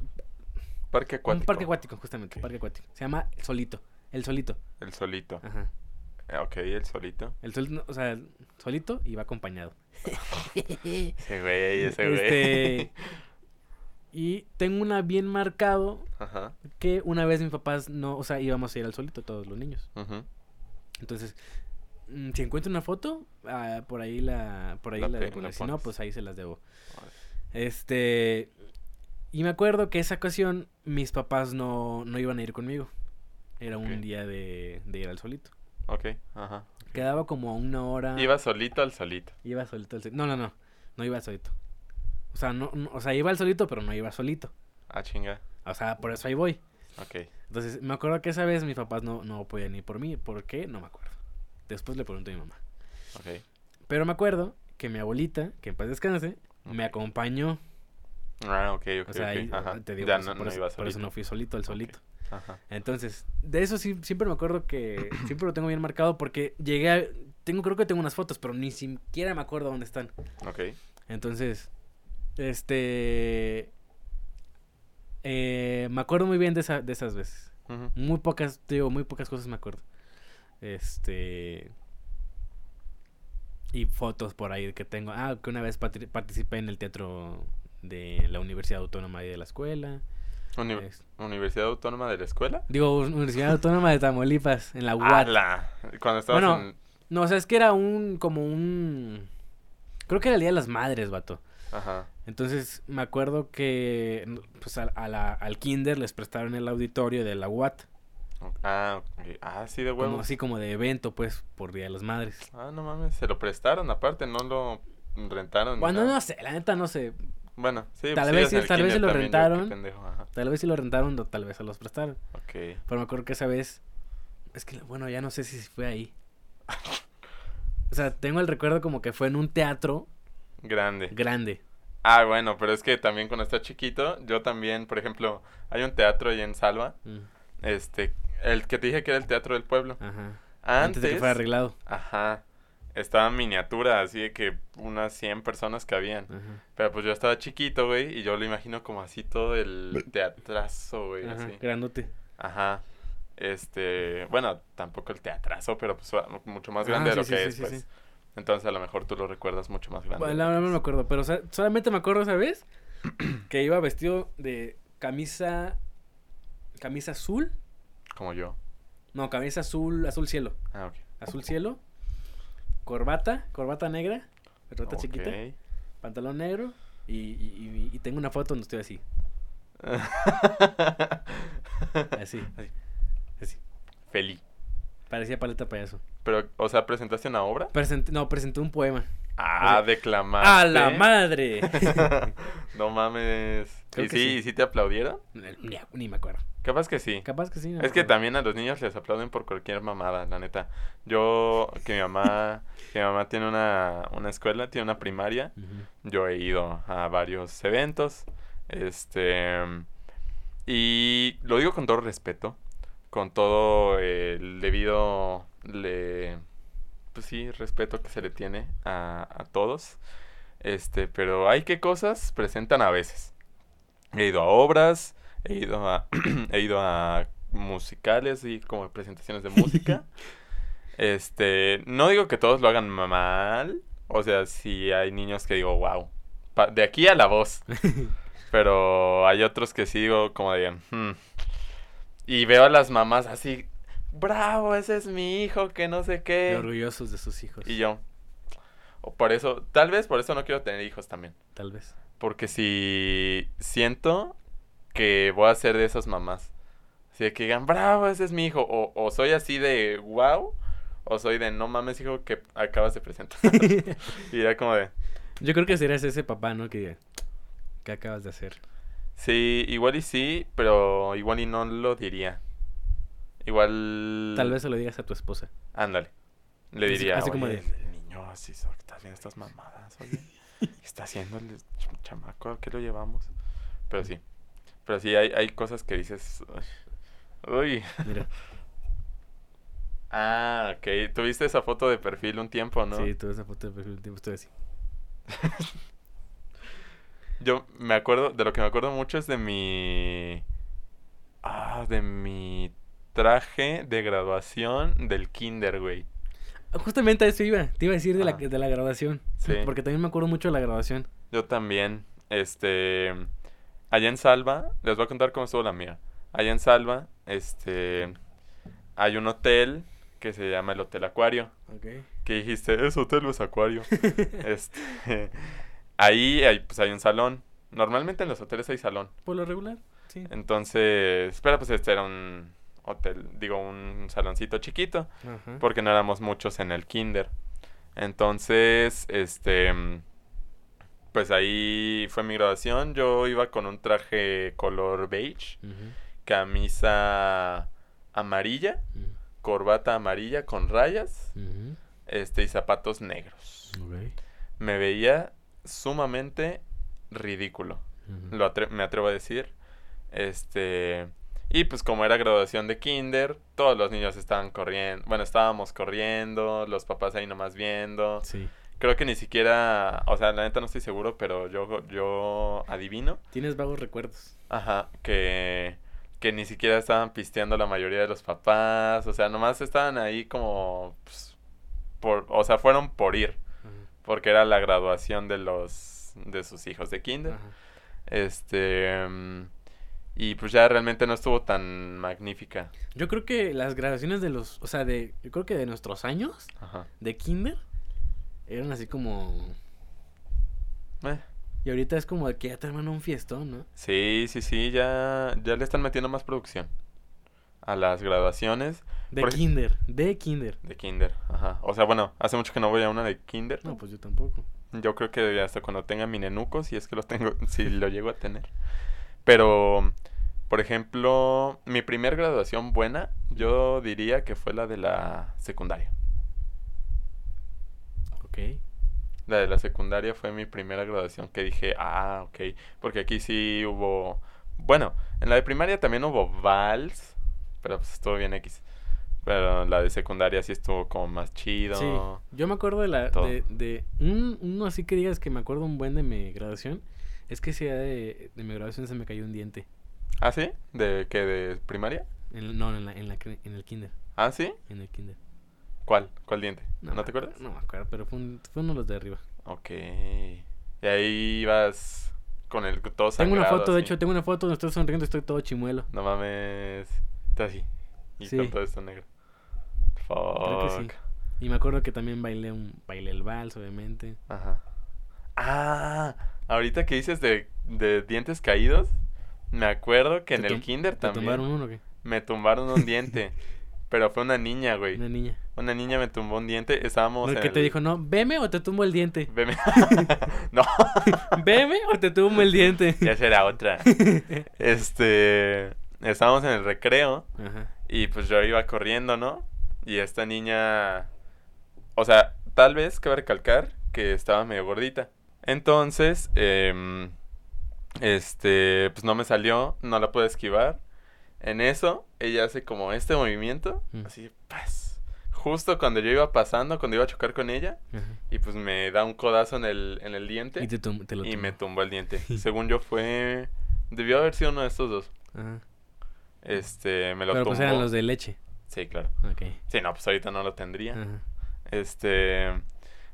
Speaker 2: parque acuático.
Speaker 1: un parque acuático, justamente. Parque acuático. Se llama El Solito. El Solito.
Speaker 2: El solito.
Speaker 1: Ajá.
Speaker 2: Ah, Ok, el solito.
Speaker 1: El Solito, no, o sea, Solito y va acompañado.
Speaker 2: Ese güey, ese güey.
Speaker 1: Este, y tengo una bien marcado
Speaker 2: Ajá.
Speaker 1: que una vez mis papás no, o sea, íbamos a ir al solito todos los niños.
Speaker 2: ujú.
Speaker 1: Entonces, mm, si encuentro una foto, ah, por ahí la por ahí
Speaker 2: La
Speaker 1: la,
Speaker 2: pe-
Speaker 1: debo,
Speaker 2: la
Speaker 1: si no,
Speaker 2: pones.
Speaker 1: pues ahí se las debo.
Speaker 2: Órale.
Speaker 1: Este y me acuerdo que esa ocasión mis papás no, no iban a ir conmigo. Era un
Speaker 2: Ok.
Speaker 1: día de, de ir al solito.
Speaker 2: Ok, ajá.
Speaker 1: Quedaba como a una hora.
Speaker 2: Iba solito al solito.
Speaker 1: Iba solito. al sol- No, no, no. No iba solito. O sea, no, no- o sea, iba al solito, pero no iba solito.
Speaker 2: Ah, chinga.
Speaker 1: O sea, por eso ahí voy.
Speaker 2: Ok.
Speaker 1: Entonces, me acuerdo que esa vez mis papás no, no podían ir por mí. ¿Por qué? No me acuerdo. Después le pregunté a mi mamá.
Speaker 2: Ok.
Speaker 1: Pero me acuerdo que mi abuelita, que en paz descanse, me
Speaker 2: Ok.
Speaker 1: acompañó.
Speaker 2: Ah, ok, ok.
Speaker 1: O sea,
Speaker 2: ok,
Speaker 1: ahí,
Speaker 2: ajá.
Speaker 1: te digo,
Speaker 2: ya
Speaker 1: por, eso-
Speaker 2: no,
Speaker 1: por
Speaker 2: no
Speaker 1: eso,
Speaker 2: iba
Speaker 1: por eso
Speaker 2: solito.
Speaker 1: no fui solito, al solito.
Speaker 2: Ajá.
Speaker 1: Entonces, de eso sí, siempre me acuerdo que siempre lo tengo bien marcado porque llegué a... Tengo, creo que tengo unas fotos, pero ni siquiera me acuerdo dónde están.
Speaker 2: Ok.
Speaker 1: Entonces, este... eh, me acuerdo muy bien de, esa- de esas veces.
Speaker 2: ujú.
Speaker 1: Muy pocas, te digo, muy pocas cosas me acuerdo. Este. Y fotos por ahí que tengo. Ah, que una vez patri- participé en el teatro de la Universidad Autónoma y de la escuela.
Speaker 2: Uni-
Speaker 1: Es-
Speaker 2: Universidad Autónoma de la Escuela.
Speaker 1: digo, Universidad Autónoma de Tamaulipas, en la UAT.
Speaker 2: ¡Hala! Cuando estabas
Speaker 1: Bueno,
Speaker 2: en...
Speaker 1: No, o sea, es que era un, como un... Creo que era el Día de las Madres, vato.
Speaker 2: Ajá.
Speaker 1: Entonces, me acuerdo que, pues, a- a la- al kinder les prestaron el auditorio de la UAT.
Speaker 2: ok, Ah, ok. Ah, sí, de
Speaker 1: Como,
Speaker 2: huevo.
Speaker 1: así como de evento, pues, por Día de las Madres.
Speaker 2: Ah, no mames. Se lo prestaron, aparte, no lo rentaron. ni
Speaker 1: Bueno,
Speaker 2: nada.
Speaker 1: no sé, la neta no sé.
Speaker 2: Bueno, sí.
Speaker 1: Tal
Speaker 2: pues,
Speaker 1: vez
Speaker 2: ibas en
Speaker 1: sí-
Speaker 2: el
Speaker 1: tal vez
Speaker 2: kinder
Speaker 1: se lo
Speaker 2: también, yo, qué
Speaker 1: rentaron.
Speaker 2: pendejo, ajá.
Speaker 1: Tal vez si lo rentaron o tal vez se los prestaron.
Speaker 2: Ok.
Speaker 1: Pero me acuerdo que esa vez. Es que, bueno, ya no sé si fue ahí. O sea, tengo el recuerdo como que fue en un teatro
Speaker 2: Grande.
Speaker 1: grande.
Speaker 2: Ah, bueno, pero es que también cuando está chiquito, yo también, por ejemplo, hay un teatro ahí en Salva,
Speaker 1: Mm,
Speaker 2: este, el que te dije que era el Teatro del Pueblo.
Speaker 1: Ajá. Antes,
Speaker 2: Antes,
Speaker 1: de que fuera arreglado.
Speaker 2: ajá, estaba en miniatura, así de que unas 100 personas cabían.
Speaker 1: Ajá.
Speaker 2: Pero pues yo estaba chiquito, güey, y yo lo imagino como así todo el teatrazo, güey,
Speaker 1: Ajá,
Speaker 2: así.
Speaker 1: Grandote.
Speaker 2: Ajá. Este, bueno, tampoco el teatrazo, pero pues va- mucho más
Speaker 1: Ah,
Speaker 2: grande de
Speaker 1: sí,
Speaker 2: lo
Speaker 1: sí,
Speaker 2: que
Speaker 1: sí,
Speaker 2: es,
Speaker 1: sí,
Speaker 2: pues.
Speaker 1: sí.
Speaker 2: Entonces a lo mejor tú lo recuerdas mucho más grande.
Speaker 1: Bueno, no, no me acuerdo, pero o sea, solamente me acuerdo esa vez que iba vestido de camisa. Camisa azul.
Speaker 2: pues, Como yo.
Speaker 1: No, camisa azul, azul cielo.
Speaker 2: Ah, ok.
Speaker 1: Azul cielo. Corbata, corbata negra. Corbata chiquita.
Speaker 2: Ok.
Speaker 1: pantalón negro y, y- y- y tengo una foto donde estoy así, así, así.
Speaker 2: Feli.
Speaker 1: Parecía paleta payaso.
Speaker 2: Pero, o sea, ¿presentaste una obra?
Speaker 1: Presenté- no, presenté un poema.
Speaker 2: Ah,
Speaker 1: O sea,
Speaker 2: declamaste.
Speaker 1: ¡A la madre!
Speaker 2: no mames.
Speaker 1: Creo
Speaker 2: ¿Y
Speaker 1: que
Speaker 2: sí,
Speaker 1: sí.
Speaker 2: ¿Y sí te aplaudieron?
Speaker 1: ni, ni me acuerdo.
Speaker 2: Capaz que sí.
Speaker 1: Capaz que sí. no me
Speaker 2: Es que
Speaker 1: acuerdo.
Speaker 2: también a los niños les aplauden por cualquier mamada, la neta. Yo, que mi mamá, que mi mamá tiene una, una escuela, tiene una primaria.
Speaker 1: Ujú.
Speaker 2: Yo he ido a varios eventos. Este. Y lo digo con todo respeto. Con todo el debido. Le, pues sí, respeto que se le tiene a, a todos. Este, pero hay que cosas presentan a veces. He ido a obras, he ido a, he ido a musicales y como presentaciones de música. Este, no digo que todos lo hagan mal. O sea, si hay niños que digo, wow. de aquí a la voz. Pero hay otros que sigo como de... "Hmm". Y veo a las mamás así, bravo, ese es mi hijo, que no sé
Speaker 1: Y
Speaker 2: qué.
Speaker 1: orgullosos de sus hijos.
Speaker 2: Y yo. O por eso, tal vez por eso no quiero tener hijos también.
Speaker 1: Tal vez.
Speaker 2: Porque si siento que voy a ser de esas mamás. Así de que digan, bravo, ese es mi hijo. O, o soy así de wow, o soy de no mames, hijo, que acabas de presentar. y ya como de.
Speaker 1: Yo creo que serías ese papá, ¿no? Que, que acabas de hacer.
Speaker 2: Sí, igual y sí, pero igual y no lo diría. Igual.
Speaker 1: Tal vez se lo digas a tu esposa.
Speaker 2: Ándale. Le
Speaker 1: Así-
Speaker 2: diría,
Speaker 1: así como
Speaker 2: "Oye,
Speaker 1: de-
Speaker 2: el niño, así so- está haciendo estas mamadas, oye. ¿Qué está haciendo el ch- chamaco? ¿A qué lo llevamos? Pero sí. Pero sí, hay, hay cosas que dices... "Uy, Uy.
Speaker 1: Mira,
Speaker 2: Ah, ok. Tuviste esa foto de perfil un tiempo, ¿no?
Speaker 1: sí, toda esa foto de perfil, tipo, estoy así.
Speaker 2: Yo me acuerdo, de lo que me acuerdo mucho es de mi... Ah, de mi traje de graduación del kinder, güey.
Speaker 1: Justamente a eso iba. Te iba a decir de, la,
Speaker 2: Ajá.
Speaker 1: de la graduación.
Speaker 2: Ah. Sí.
Speaker 1: Porque también me acuerdo mucho de la graduación.
Speaker 2: Yo también. Este. Allá en Salva, les voy a contar cómo estuvo la mía. Allá en Salva, este. Hay un hotel que se llama el Hotel Acuario.
Speaker 1: Ok.
Speaker 2: Que dijiste, ese hotel es Acuario. este. Ahí hay, pues hay un salón. Normalmente en los hoteles hay salón.
Speaker 1: Por lo regular, sí.
Speaker 2: Entonces, espera, pues este era un hotel, digo, un saloncito chiquito
Speaker 1: Ajá.
Speaker 2: porque no éramos muchos en el kinder. Entonces, este, mm, pues ahí fue mi graduación. Yo iba con un traje color beige,
Speaker 1: Ujú,
Speaker 2: camisa amarilla,
Speaker 1: ujú,
Speaker 2: corbata amarilla con rayas,
Speaker 1: ujú.
Speaker 2: este y zapatos negros.
Speaker 1: Ok.
Speaker 2: Me veía sumamente ridículo.
Speaker 1: Ujú.
Speaker 2: Lo atre- me atrevo a decir. Este. Y pues como era graduación de kinder, todos los niños estaban corriendo. Bueno, estábamos corriendo, los papás ahí nomás viendo.
Speaker 1: Sí.
Speaker 2: Creo que ni siquiera. O sea, la neta no estoy seguro, pero yo, yo adivino.
Speaker 1: Tienes vagos recuerdos.
Speaker 2: Ajá. Que. Que ni siquiera estaban pisteando la mayoría de los papás. O sea, nomás estaban ahí como. pues, por, o sea, fueron por ir.
Speaker 1: Ajá.
Speaker 2: Porque era la graduación de los. de sus hijos de kinder.
Speaker 1: Ajá.
Speaker 2: Este. mm, Y pues ya realmente no estuvo tan magnífica.
Speaker 1: Yo creo que las graduaciones de los, o sea, de, yo creo que de nuestros años
Speaker 2: Ajá.
Speaker 1: de kinder eran así como,
Speaker 2: Eh,
Speaker 1: y ahorita es como de que ya te arman un fiestón, ¿no?
Speaker 2: Sí, sí, sí, ya, ya le están metiendo más producción a las graduaciones
Speaker 1: De
Speaker 2: Por ej-
Speaker 1: kinder, de kinder.
Speaker 2: de kinder. Ajá. O sea, bueno, hace mucho que no voy a una de kinder.
Speaker 1: No, pues yo tampoco.
Speaker 2: Yo creo que hasta cuando tenga mi nenuco, si es que los tengo, si lo llego a tener. Pero, por ejemplo, mi primer graduación buena, yo diría que fue la de la secundaria.
Speaker 1: Ok.
Speaker 2: La de la secundaria fue mi primera graduación que dije, ah, ok, porque aquí sí hubo, bueno, en la de primaria también hubo vals, pero pues estuvo bien X. Pero la de secundaria sí estuvo como más chido.
Speaker 1: Sí, yo me acuerdo de la,
Speaker 2: todo.
Speaker 1: de, de un, uno así que digas que me acuerdo un buen de mi graduación, es que ese día de, de mi graduación se me cayó un diente.
Speaker 2: ¿Ah, sí? ¿De qué? ¿De primaria?
Speaker 1: En- no, en, la, en, la, cre- en el kinder,
Speaker 2: ¿Ah, sí?
Speaker 1: en el kinder.
Speaker 2: ¿Cuál? ¿Cuál diente? ¿No,
Speaker 1: me
Speaker 2: te
Speaker 1: acuerdo-
Speaker 2: acuerdas?
Speaker 1: No me acuerdo, pero fue, un- fue uno de los de arriba.
Speaker 2: Ok. Y ahí ibas con el todo
Speaker 1: Tengo una
Speaker 2: sangrado,
Speaker 1: foto, de
Speaker 2: así.
Speaker 1: hecho, tengo una foto donde estoy sonriendo, estoy todo chimuelo.
Speaker 2: No mames. Está así. Y
Speaker 1: Sí.
Speaker 2: con todo esto negro.
Speaker 1: que sí.
Speaker 2: Fuck.
Speaker 1: Y me acuerdo que también bailé un bailé el vals, obviamente.
Speaker 2: Ajá. Ah, ahorita que dices de, de dientes caídos, me acuerdo que
Speaker 1: Te
Speaker 2: en el
Speaker 1: tum-
Speaker 2: kinder
Speaker 1: ¿Te
Speaker 2: también
Speaker 1: tumbaron uno o qué?
Speaker 2: me tumbaron un diente, pero fue una niña, güey.
Speaker 1: Una niña.
Speaker 2: Una niña me tumbó un diente, estábamos
Speaker 1: ¿No
Speaker 2: en
Speaker 1: que te
Speaker 2: el-
Speaker 1: dijo? No, veme o te tumbo el diente.
Speaker 2: Veme- no,
Speaker 1: Veme o te tumbo el diente.
Speaker 2: ya será otra. Este, estábamos en el recreo
Speaker 1: Ajá.
Speaker 2: y pues yo iba corriendo, ¿no? Y esta niña, o sea, tal vez cabe recalcar que estaba medio gordita. Entonces, em, este, pues no me salió, no la pude esquivar. En eso, ella hace como este movimiento,
Speaker 1: Mm.
Speaker 2: así, paz. Justo cuando yo iba pasando, cuando iba a chocar con ella,
Speaker 1: ajá.
Speaker 2: y pues me da un codazo en el, en el diente
Speaker 1: Y
Speaker 2: y,
Speaker 1: te, tum- te lo
Speaker 2: me
Speaker 1: tumbó.
Speaker 2: tumbó el diente. Según yo fue, debió haber sido uno de estos dos.
Speaker 1: Ajá.
Speaker 2: Este, me lo
Speaker 1: Pero pues
Speaker 2: tumbó.
Speaker 1: eran los de leche.
Speaker 2: Sí, claro.
Speaker 1: Ok.
Speaker 2: Sí, no, pues ahorita no lo tendría.
Speaker 1: Ajá.
Speaker 2: Este,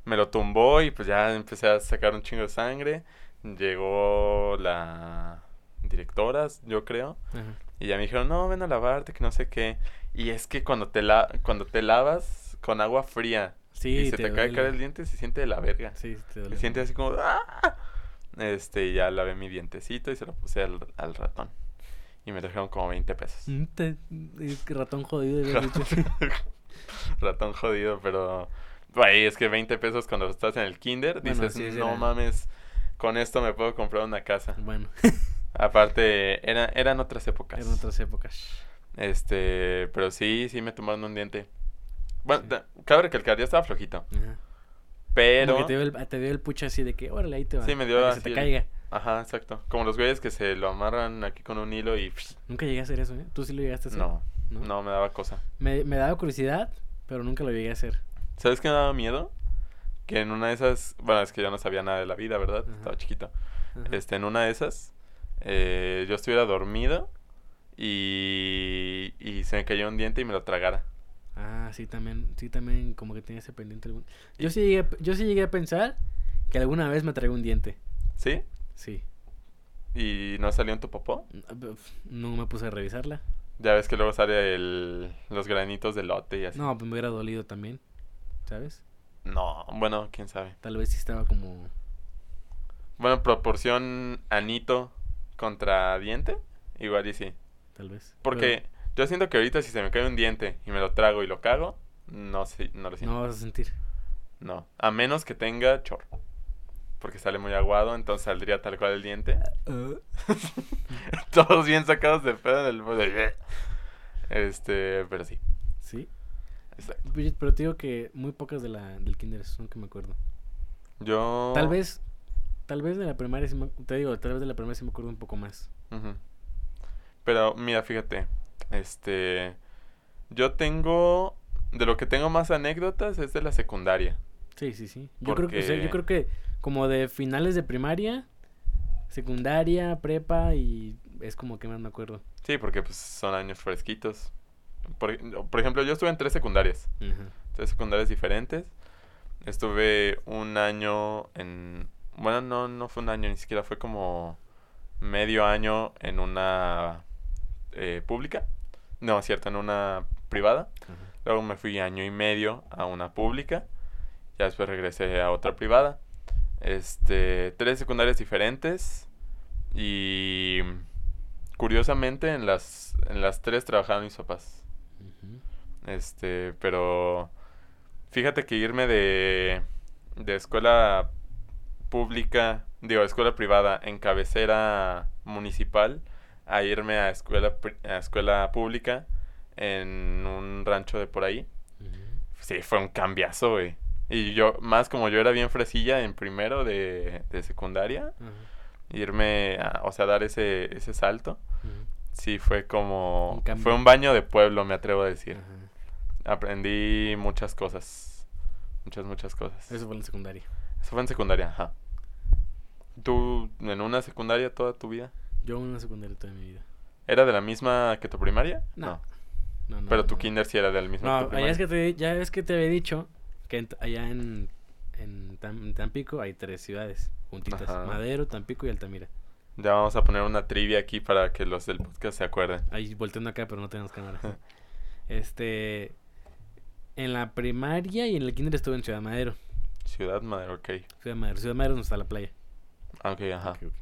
Speaker 2: me lo tumbó y pues ya empecé a sacar un chingo de sangre. llegó la directora, yo creo,
Speaker 1: Ajá.
Speaker 2: y ya me dijeron, no, ven a lavarte, que no sé qué. Y es que cuando te, la cuando te lavas con agua fría
Speaker 1: Sí,
Speaker 2: y se te, cae
Speaker 1: duele.
Speaker 2: el diente, se siente de la verga.
Speaker 1: Sí, sí te
Speaker 2: Se
Speaker 1: duele.
Speaker 2: siente así como... "Ah". Este, y ya lavé mi dientecito y se lo puse al, al ratón. Y me trajeron como 20 pesos.
Speaker 1: Mm, te- es que ratón jodido. ya lo he dicho.
Speaker 2: Ratón jodido, pero... Güey, es que 20 pesos cuando estás en el kinder,
Speaker 1: Bueno,
Speaker 2: dices,
Speaker 1: sí, sí,
Speaker 2: no
Speaker 1: era".
Speaker 2: mames, con esto me puedo comprar una casa.
Speaker 1: bueno,
Speaker 2: Aparte, era- eran otras épocas.
Speaker 1: eran otras épocas.
Speaker 2: Este, pero sí, sí me tomaron un diente. Bueno, ta- cabe recalcar, ya estaba flojito.
Speaker 1: Ajá.
Speaker 2: Pero...
Speaker 1: Como que te dio, el, te dio el pucho así de que, órale, ahí te va.
Speaker 2: Sí, me dio
Speaker 1: para que
Speaker 2: así
Speaker 1: se te
Speaker 2: el-
Speaker 1: caiga.
Speaker 2: Ajá, exacto. Como los güeyes que se lo amarran aquí con un hilo y... psh,
Speaker 1: Nunca llegué a hacer eso, ¿eh? Tú sí lo llegaste a hacer.
Speaker 2: No,
Speaker 1: ¿No?
Speaker 2: no, me daba cosa.
Speaker 1: Me, me daba curiosidad, pero nunca lo llegué a hacer.
Speaker 2: ¿Sabes qué me daba miedo? Que en una de esas... Bueno, es que yo no sabía nada de la vida, ¿verdad?
Speaker 1: Ajá.
Speaker 2: Estaba chiquito.
Speaker 1: Ajá.
Speaker 2: Este, en una de esas, eh, yo estuviera dormido y, y se me cayó un diente y me lo tragara.
Speaker 1: Ah, sí, también, sí, también como que tenía ese pendiente. algún- Yo, sí llegué, a- yo sí llegué a pensar que alguna vez me traigo un diente.
Speaker 2: ¿Sí?
Speaker 1: Sí.
Speaker 2: ¿Y no salió en tu popó?
Speaker 1: No me puse a revisarla.
Speaker 2: Ya ves que luego sale el, los granitos de lote y así.
Speaker 1: No, pues me hubiera dolido también, ¿sabes?
Speaker 2: No, bueno, quién sabe.
Speaker 1: Tal vez sí estaba como...
Speaker 2: Bueno, proporción anito contra diente, igual y sí.
Speaker 1: Tal vez.
Speaker 2: Porque yo siento que ahorita si se me cae un diente y me lo trago y lo cago, no sé, no lo
Speaker 1: Pero no
Speaker 2: siento.
Speaker 1: vas a sentir.
Speaker 2: No. A menos que tenga chorro. Porque sale muy aguado, entonces saldría tal cual el diente. Ah. Todos bien sacados de pedo en el... Este, pero sí.
Speaker 1: sí.
Speaker 2: Exacto.
Speaker 1: Oye, Pero te digo que muy pocas de la, del kinder son que me acuerdo.
Speaker 2: Yo...
Speaker 1: Tal vez, tal vez de la primaria sí me, te digo, tal vez de la primaria sí me acuerdo un poco más.
Speaker 2: Ujú. Pero mira, fíjate, este, yo tengo, de lo que tengo más anécdotas es de la secundaria.
Speaker 1: Sí, sí, sí. Yo creo que, o sea, yo
Speaker 2: Porque-
Speaker 1: creo que como de finales de primaria, secundaria, prepa y es como que más me acuerdo.
Speaker 2: Sí, porque pues son años fresquitos. Por, por ejemplo, yo estuve en tres secundarias,
Speaker 1: Ajá.
Speaker 2: tres secundarias diferentes. Estuve un año en, bueno, no, no fue un año, ni siquiera fue como medio año en una eh, pública. No, cierto, en una privada.
Speaker 1: ajá.
Speaker 2: Luego me fui año y medio a una pública. Ya después regresé a otra privada. Este, tres secundarias diferentes. Y curiosamente en las, en las tres trabajaron mis papás.
Speaker 1: Ujú.
Speaker 2: Este, pero fíjate que irme de, de escuela pública, digo, escuela privada en cabecera municipal a irme a escuela, pri- a escuela pública en un rancho de por ahí.
Speaker 1: Ujú.
Speaker 2: Sí, fue un cambiazo, güey. Y yo, más como yo era bien fresilla en primero de, de secundaria,
Speaker 1: Ajá.
Speaker 2: irme, a- o sea, dar ese, ese salto,
Speaker 1: Ujú.
Speaker 2: sí fue como...
Speaker 1: Un cambio.
Speaker 2: fue un baño de pueblo, me atrevo a decir.
Speaker 1: Ajá.
Speaker 2: Aprendí muchas cosas. Muchas, muchas cosas.
Speaker 1: Eso
Speaker 2: Eso,
Speaker 1: fue en la secundaria.
Speaker 2: fue en secundaria, ajá. ¿Tú en una secundaria toda tu vida?
Speaker 1: Yo en la secundaria toda mi vida.
Speaker 2: ¿Era de la misma que tu primaria?
Speaker 1: No. No, no,
Speaker 2: Pero tu
Speaker 1: no.
Speaker 2: kinder sí era del mismo
Speaker 1: No,
Speaker 2: que tu
Speaker 1: allá
Speaker 2: primaria.
Speaker 1: es que te, ya ves que te había dicho que en- allá en, en, Tam- en Tampico hay tres ciudades juntitas.
Speaker 2: Ajá.
Speaker 1: Madero, Tampico y Altamira.
Speaker 2: Ya vamos a poner una trivia aquí para que los del podcast se acuerden.
Speaker 1: Ahí volteando acá, pero no tenemos cámara. este... En la primaria y en el kinder estuve en Ciudad Madero.
Speaker 2: Ciudad Madre, ok.
Speaker 1: Ciudad Madero. Ciudad Madero donde está la playa.
Speaker 2: Ah, Ok, ajá.
Speaker 1: Ok, ok.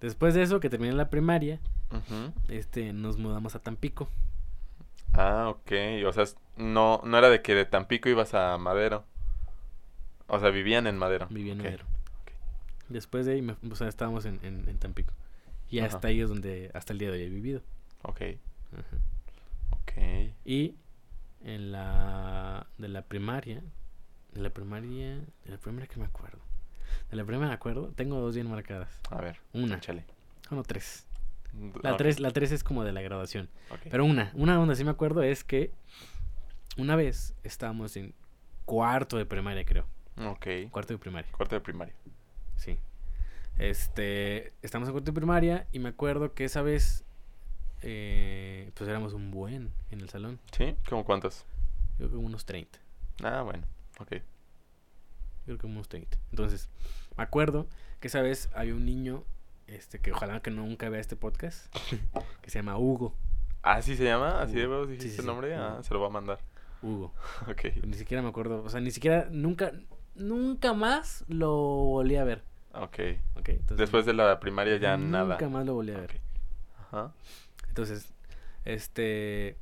Speaker 1: Después de eso, que terminé la primaria,
Speaker 2: Ujú.
Speaker 1: este, nos mudamos a Tampico.
Speaker 2: Ah, ok. O sea, es- no, no era de que de Tampico ibas a Madero. O sea, vivían en Madero.
Speaker 1: Viví en
Speaker 2: Ah, Ok.
Speaker 1: Madero. Después de ahí, me- o sea, estábamos en, en- en Tampico. Y
Speaker 2: Ajá.
Speaker 1: hasta ahí es donde hasta el día de hoy he vivido.
Speaker 2: Ok,
Speaker 1: Ajá.
Speaker 2: ok.
Speaker 1: Y en la de la primaria, de la primaria, de la primera que me acuerdo. De la primera me acuerdo, tengo dos bien marcadas.
Speaker 2: A ver,
Speaker 1: Una,
Speaker 2: échale.
Speaker 1: o Ah, no tres.
Speaker 2: D-
Speaker 1: La
Speaker 2: Ah, ok,
Speaker 1: tres, la tres es como de la graduación.
Speaker 2: ok.
Speaker 1: Pero una, una donde sí me acuerdo es que una vez estábamos en cuarto de primaria, creo.
Speaker 2: Ok.
Speaker 1: Cuarto de primaria.
Speaker 2: Cuarto de primaria.
Speaker 1: Sí. Este, estamos en cuarto de primaria y me acuerdo que esa vez, eh, pues éramos un buen en el salón.
Speaker 2: ¿Sí? ¿Cómo cuántos?
Speaker 1: Yo creo que unos 30.
Speaker 2: Ah, bueno. Ok.
Speaker 1: Yo creo que unos 30. Entonces, me acuerdo que esa vez había un niño, este, que ojalá que nunca vea este podcast, que se llama Hugo.
Speaker 2: ¿Así se llama? ¿Así de
Speaker 1: Hugo.
Speaker 2: huevos
Speaker 1: Sí,
Speaker 2: dijiste
Speaker 1: sí,
Speaker 2: el
Speaker 1: sí.
Speaker 2: nombre? Ah,
Speaker 1: Hugo.
Speaker 2: se lo voy a mandar.
Speaker 1: Hugo.
Speaker 2: Ok.
Speaker 1: Ni siquiera me acuerdo. O sea, ni siquiera, nunca, nunca más lo volví a ver.
Speaker 2: Ok.
Speaker 1: ¿ok? Entonces,
Speaker 2: Después de la primaria ya nada.
Speaker 1: Nunca más lo volví a ver.
Speaker 2: Ok. Ajá.
Speaker 1: Entonces, este,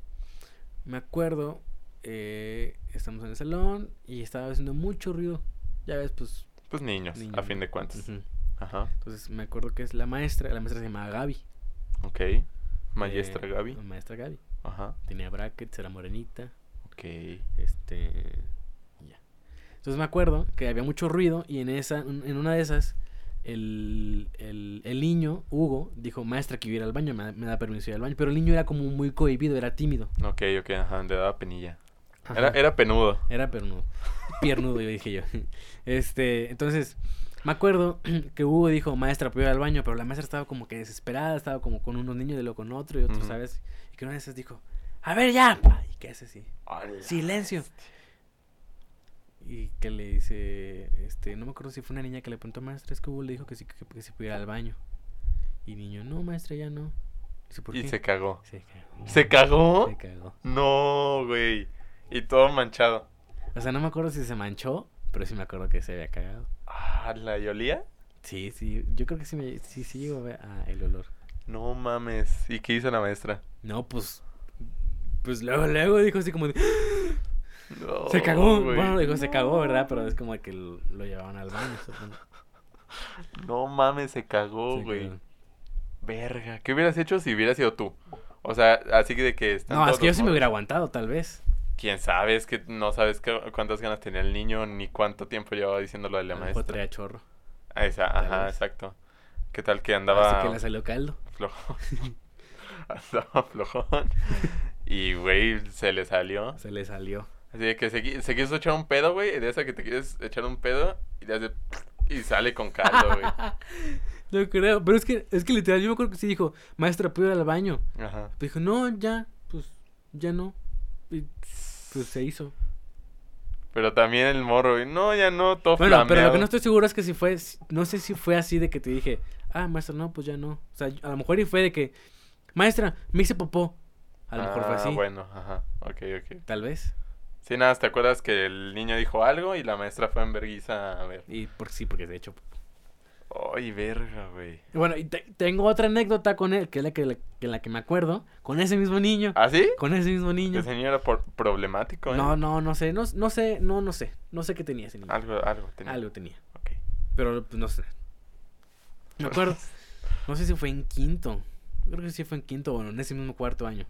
Speaker 1: me acuerdo, eh, estamos en el salón y estaba haciendo mucho ruido. Ya ves, pues...
Speaker 2: Pues niños, a
Speaker 1: niño,
Speaker 2: fin
Speaker 1: ¿no?
Speaker 2: de cuentas.
Speaker 1: Ujú.
Speaker 2: Ajá.
Speaker 1: Entonces, me acuerdo que es la maestra, la maestra se llamaba Gaby.
Speaker 2: Ok. Maestra
Speaker 1: eh,
Speaker 2: Gaby.
Speaker 1: la Maestra Gaby.
Speaker 2: Ajá.
Speaker 1: Tenía brackets, era morenita,
Speaker 2: Ok.
Speaker 1: este, y ya. Entonces, me acuerdo que había mucho ruido y en esa, en una de esas, el, el, el niño, Hugo, dijo, maestra, que yo ir al baño, me, da- me da permiso ir al baño. Pero el niño era como muy cohibido, era tímido.
Speaker 2: Ok, ok, ajá. Le daba penilla. Era,
Speaker 1: Ajá.
Speaker 2: era penudo.
Speaker 1: Era pernudo. Piernudo, yo dije yo. Este, entonces, me acuerdo que Hugo dijo, maestra, puedo ir al baño, pero la maestra estaba como que desesperada, estaba como con unos niños y luego con otro y otro,
Speaker 2: Ujú.
Speaker 1: ¿sabes? Y que una de esas dijo, a ver ya, pa", y que hace así,
Speaker 2: Ala.
Speaker 1: silencio. Y que le dice, este, no me acuerdo si fue una niña que le preguntó, maestra, es que Hugo le dijo que sí, que, que sí pudiera ir al baño. Y niño, no, maestra, ya no. Dice, ¿por
Speaker 2: Y
Speaker 1: qué?".
Speaker 2: se cagó.
Speaker 1: Se cagó.
Speaker 2: ¿Se cagó?
Speaker 1: Se cagó.
Speaker 2: No, güey. Y todo manchado.
Speaker 1: O sea, no me acuerdo si se manchó, pero sí me acuerdo que se había cagado.
Speaker 2: Ah, ¿la olía?
Speaker 1: Sí, sí, yo creo que sí, me, sí, sí llegó a ver ah, el olor.
Speaker 2: No mames. ¿Y qué hizo la maestra?
Speaker 1: No, pues, pues luego, luego dijo así como, de,
Speaker 2: No,
Speaker 1: se cagó,
Speaker 2: Oh, güey.
Speaker 1: bueno, dijo, se cagó,
Speaker 2: No.
Speaker 1: ¿verdad? Pero es como que lo, lo llevaban al baño. supongo.
Speaker 2: No mames, se cagó,
Speaker 1: Se
Speaker 2: Oh, güey.
Speaker 1: quedó.
Speaker 2: Verga. ¿Qué hubieras hecho si hubieras sido tú? O sea, así que de que están
Speaker 1: No, es
Speaker 2: todos
Speaker 1: que yo
Speaker 2: los
Speaker 1: sí me hubiera
Speaker 2: morros.
Speaker 1: aguantado, tal vez.
Speaker 2: Quién sabe, es que no sabes qué- cuántas ganas tenía el niño ni cuánto tiempo llevaba diciéndolo de la
Speaker 1: A lo mejor
Speaker 2: maestra.
Speaker 1: traía chorro.
Speaker 2: Ah, esa-
Speaker 1: Tal
Speaker 2: ajá,
Speaker 1: vez.
Speaker 2: exacto. ¿Qué tal que
Speaker 1: Así Ah, que
Speaker 2: andaba
Speaker 1: le salió caldo.
Speaker 2: flojo? andaba flojón. Y, güey, se le salió.
Speaker 1: Se le salió.
Speaker 2: Así de que se, qui- se quiso echar un pedo, güey. De esa que te quieres echar un pedo y le hace... Y sale con caldo, güey.
Speaker 1: No creo, pero es que, es que literal, yo me acuerdo que sí dijo, maestra, ¿puedo ir al baño?
Speaker 2: Ajá.
Speaker 1: Dijo, no, ya, pues, ya no. Y pues se hizo.
Speaker 2: Pero también el morro, güey. No, ya no, todo
Speaker 1: Bueno, pero lo
Speaker 2: flameado.
Speaker 1: que no estoy seguro es que si fue, no sé si fue así de que te dije, ah, maestra, no, pues ya no. O sea, a lo mejor y fue de que, maestra, me hice popó. A lo mejor fue
Speaker 2: Ah,
Speaker 1: así,
Speaker 2: bueno, ajá. Ok, ok.
Speaker 1: tal vez.
Speaker 2: Sí, nada, más, ¿te acuerdas que el niño dijo algo y la maestra fue en verguiza a ver?
Speaker 1: Y por, sí, porque de hecho.
Speaker 2: Ay, verga, güey.
Speaker 1: Y Bueno, y te- tengo otra anécdota con él, que es la que, la, que la que me acuerdo, con ese mismo niño.
Speaker 2: ¿Ah, sí?
Speaker 1: Con ese mismo niño.
Speaker 2: Ese niño era por- problemático, ¿eh?
Speaker 1: No, no, no sé, no, no sé, no, no sé. No sé qué tenía ese niño.
Speaker 2: Algo, algo tenía.
Speaker 1: Algo tenía.
Speaker 2: Ok.
Speaker 1: Pero pues, no sé. Me acuerdo. No sé si fue en quinto. Creo que sí fue en quinto o en ese mismo cuarto año.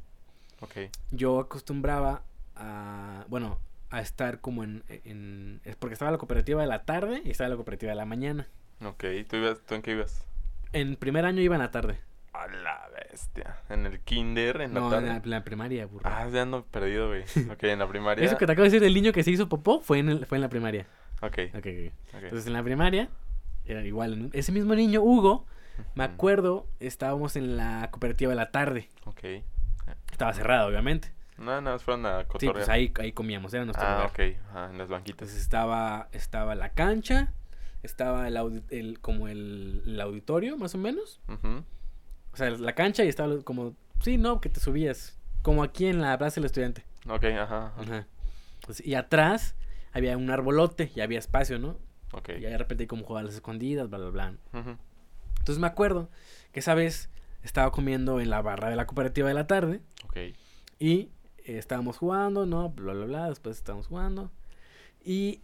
Speaker 2: Ok.
Speaker 1: yo acostumbraba a, bueno, a estar como en, en- es porque estaba la cooperativa de la tarde y estaba la cooperativa de la mañana.
Speaker 2: Ok. ¿Tú, ibas, ¿Tú en qué ibas?
Speaker 1: En primer año iba en la tarde.
Speaker 2: A la bestia. En el kinder, en la
Speaker 1: no,
Speaker 2: tarde.
Speaker 1: en la, la primaria, burro.
Speaker 2: Ah, ya ando perdido, güey. Ok, en la primaria.
Speaker 1: Eso que te acabo de decir del niño que se hizo popó fue en, el- fue en la primaria.
Speaker 2: Ok,
Speaker 1: Ok, ok.
Speaker 2: ok.
Speaker 1: Entonces en la primaria era igual. en un- Ese mismo niño, Hugo, me
Speaker 2: Ujú.
Speaker 1: acuerdo, estábamos en la cooperativa de la tarde.
Speaker 2: Ok.
Speaker 1: Estaba cerrada, obviamente.
Speaker 2: No, no, fueron a
Speaker 1: Sí,
Speaker 2: cotorrear.
Speaker 1: pues ahí, ahí comíamos, era nuestro
Speaker 2: Ah,
Speaker 1: lugar.
Speaker 2: ok. Ah, en las banquitas.
Speaker 1: Entonces estaba, estaba la cancha, estaba el, audi- el como el, el auditorio, más o menos.
Speaker 2: Ujú.
Speaker 1: O sea, la cancha y estaba lo- como, sí, no, que te subías. Como aquí en la Plaza del Estudiante.
Speaker 2: Ok, ajá. ajá.
Speaker 1: Ajá. Pues, y atrás había un arbolote y había espacio, ¿no?
Speaker 2: Ok.
Speaker 1: Y ahí de repente como jugar a las escondidas, bla, bla, bla.
Speaker 2: Ujú.
Speaker 1: Entonces me acuerdo que esa vez estaba comiendo en la barra de la cooperativa de la tarde.
Speaker 2: Ok.
Speaker 1: Y eh, estábamos jugando, ¿no? Bla, bla, bla. Después estábamos jugando. Y.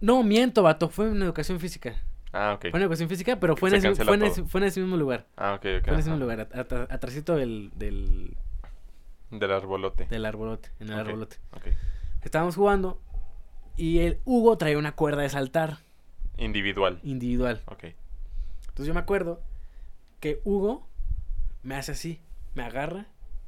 Speaker 1: No, miento, vato. Fue en educación física.
Speaker 2: Ah, ok.
Speaker 1: Fue en educación física, pero fue en,
Speaker 2: Se
Speaker 1: ese,
Speaker 2: cancela
Speaker 1: fue, en
Speaker 2: todo.
Speaker 1: ese, fue en ese mismo lugar.
Speaker 2: Ah, ok, ok.
Speaker 1: Fue en ese
Speaker 2: ajá.
Speaker 1: mismo lugar, at- at- atrásito del, del,
Speaker 2: Del arbolote.
Speaker 1: del arbolote. En el
Speaker 2: Ok.
Speaker 1: arbolote.
Speaker 2: Ok.
Speaker 1: Estábamos jugando y el Hugo traía una cuerda de saltar
Speaker 2: Individual.
Speaker 1: individual.
Speaker 2: Ok.
Speaker 1: Entonces yo me acuerdo que Hugo me hace así, me agarra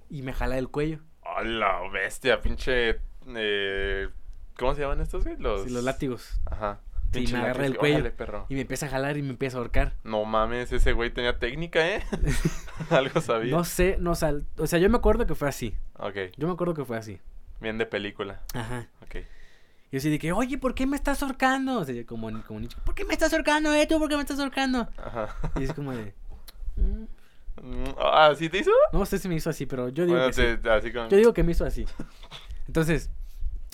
Speaker 1: y me jala el cuello.
Speaker 2: ¡Hola, bestia! Pinche. eh, ¿Cómo se llaman estos, güey? Los.
Speaker 1: así, los látigos.
Speaker 2: Ajá.
Speaker 1: Sí,
Speaker 2: Pinche
Speaker 1: me agarra
Speaker 2: látigos,
Speaker 1: el
Speaker 2: güey.
Speaker 1: cuello.
Speaker 2: Órale, perro.
Speaker 1: Y me empieza a jalar y me empieza a ahorcar.
Speaker 2: No mames, ese güey tenía técnica, ¿eh? Algo sabía.
Speaker 1: No sé, no sal... O sea, yo me acuerdo que fue así.
Speaker 2: Ok.
Speaker 1: Yo me acuerdo que fue así.
Speaker 2: Bien de película.
Speaker 1: Ajá.
Speaker 2: Ok.
Speaker 1: Y así de que, oye, ¿por qué me estás ahorcando? O sea, como, como Nietzsche, ¿por qué me estás ahorcando, eh, tú? ¿Por qué me estás ahorcando?
Speaker 2: Ajá.
Speaker 1: Y es como de... "Mm".
Speaker 2: Mm, Ah, ¿sí te hizo?
Speaker 1: No sé si me hizo así, pero yo digo
Speaker 2: Bueno,
Speaker 1: que sí.
Speaker 2: te- así como-
Speaker 1: Yo digo que me hizo así. Entonces,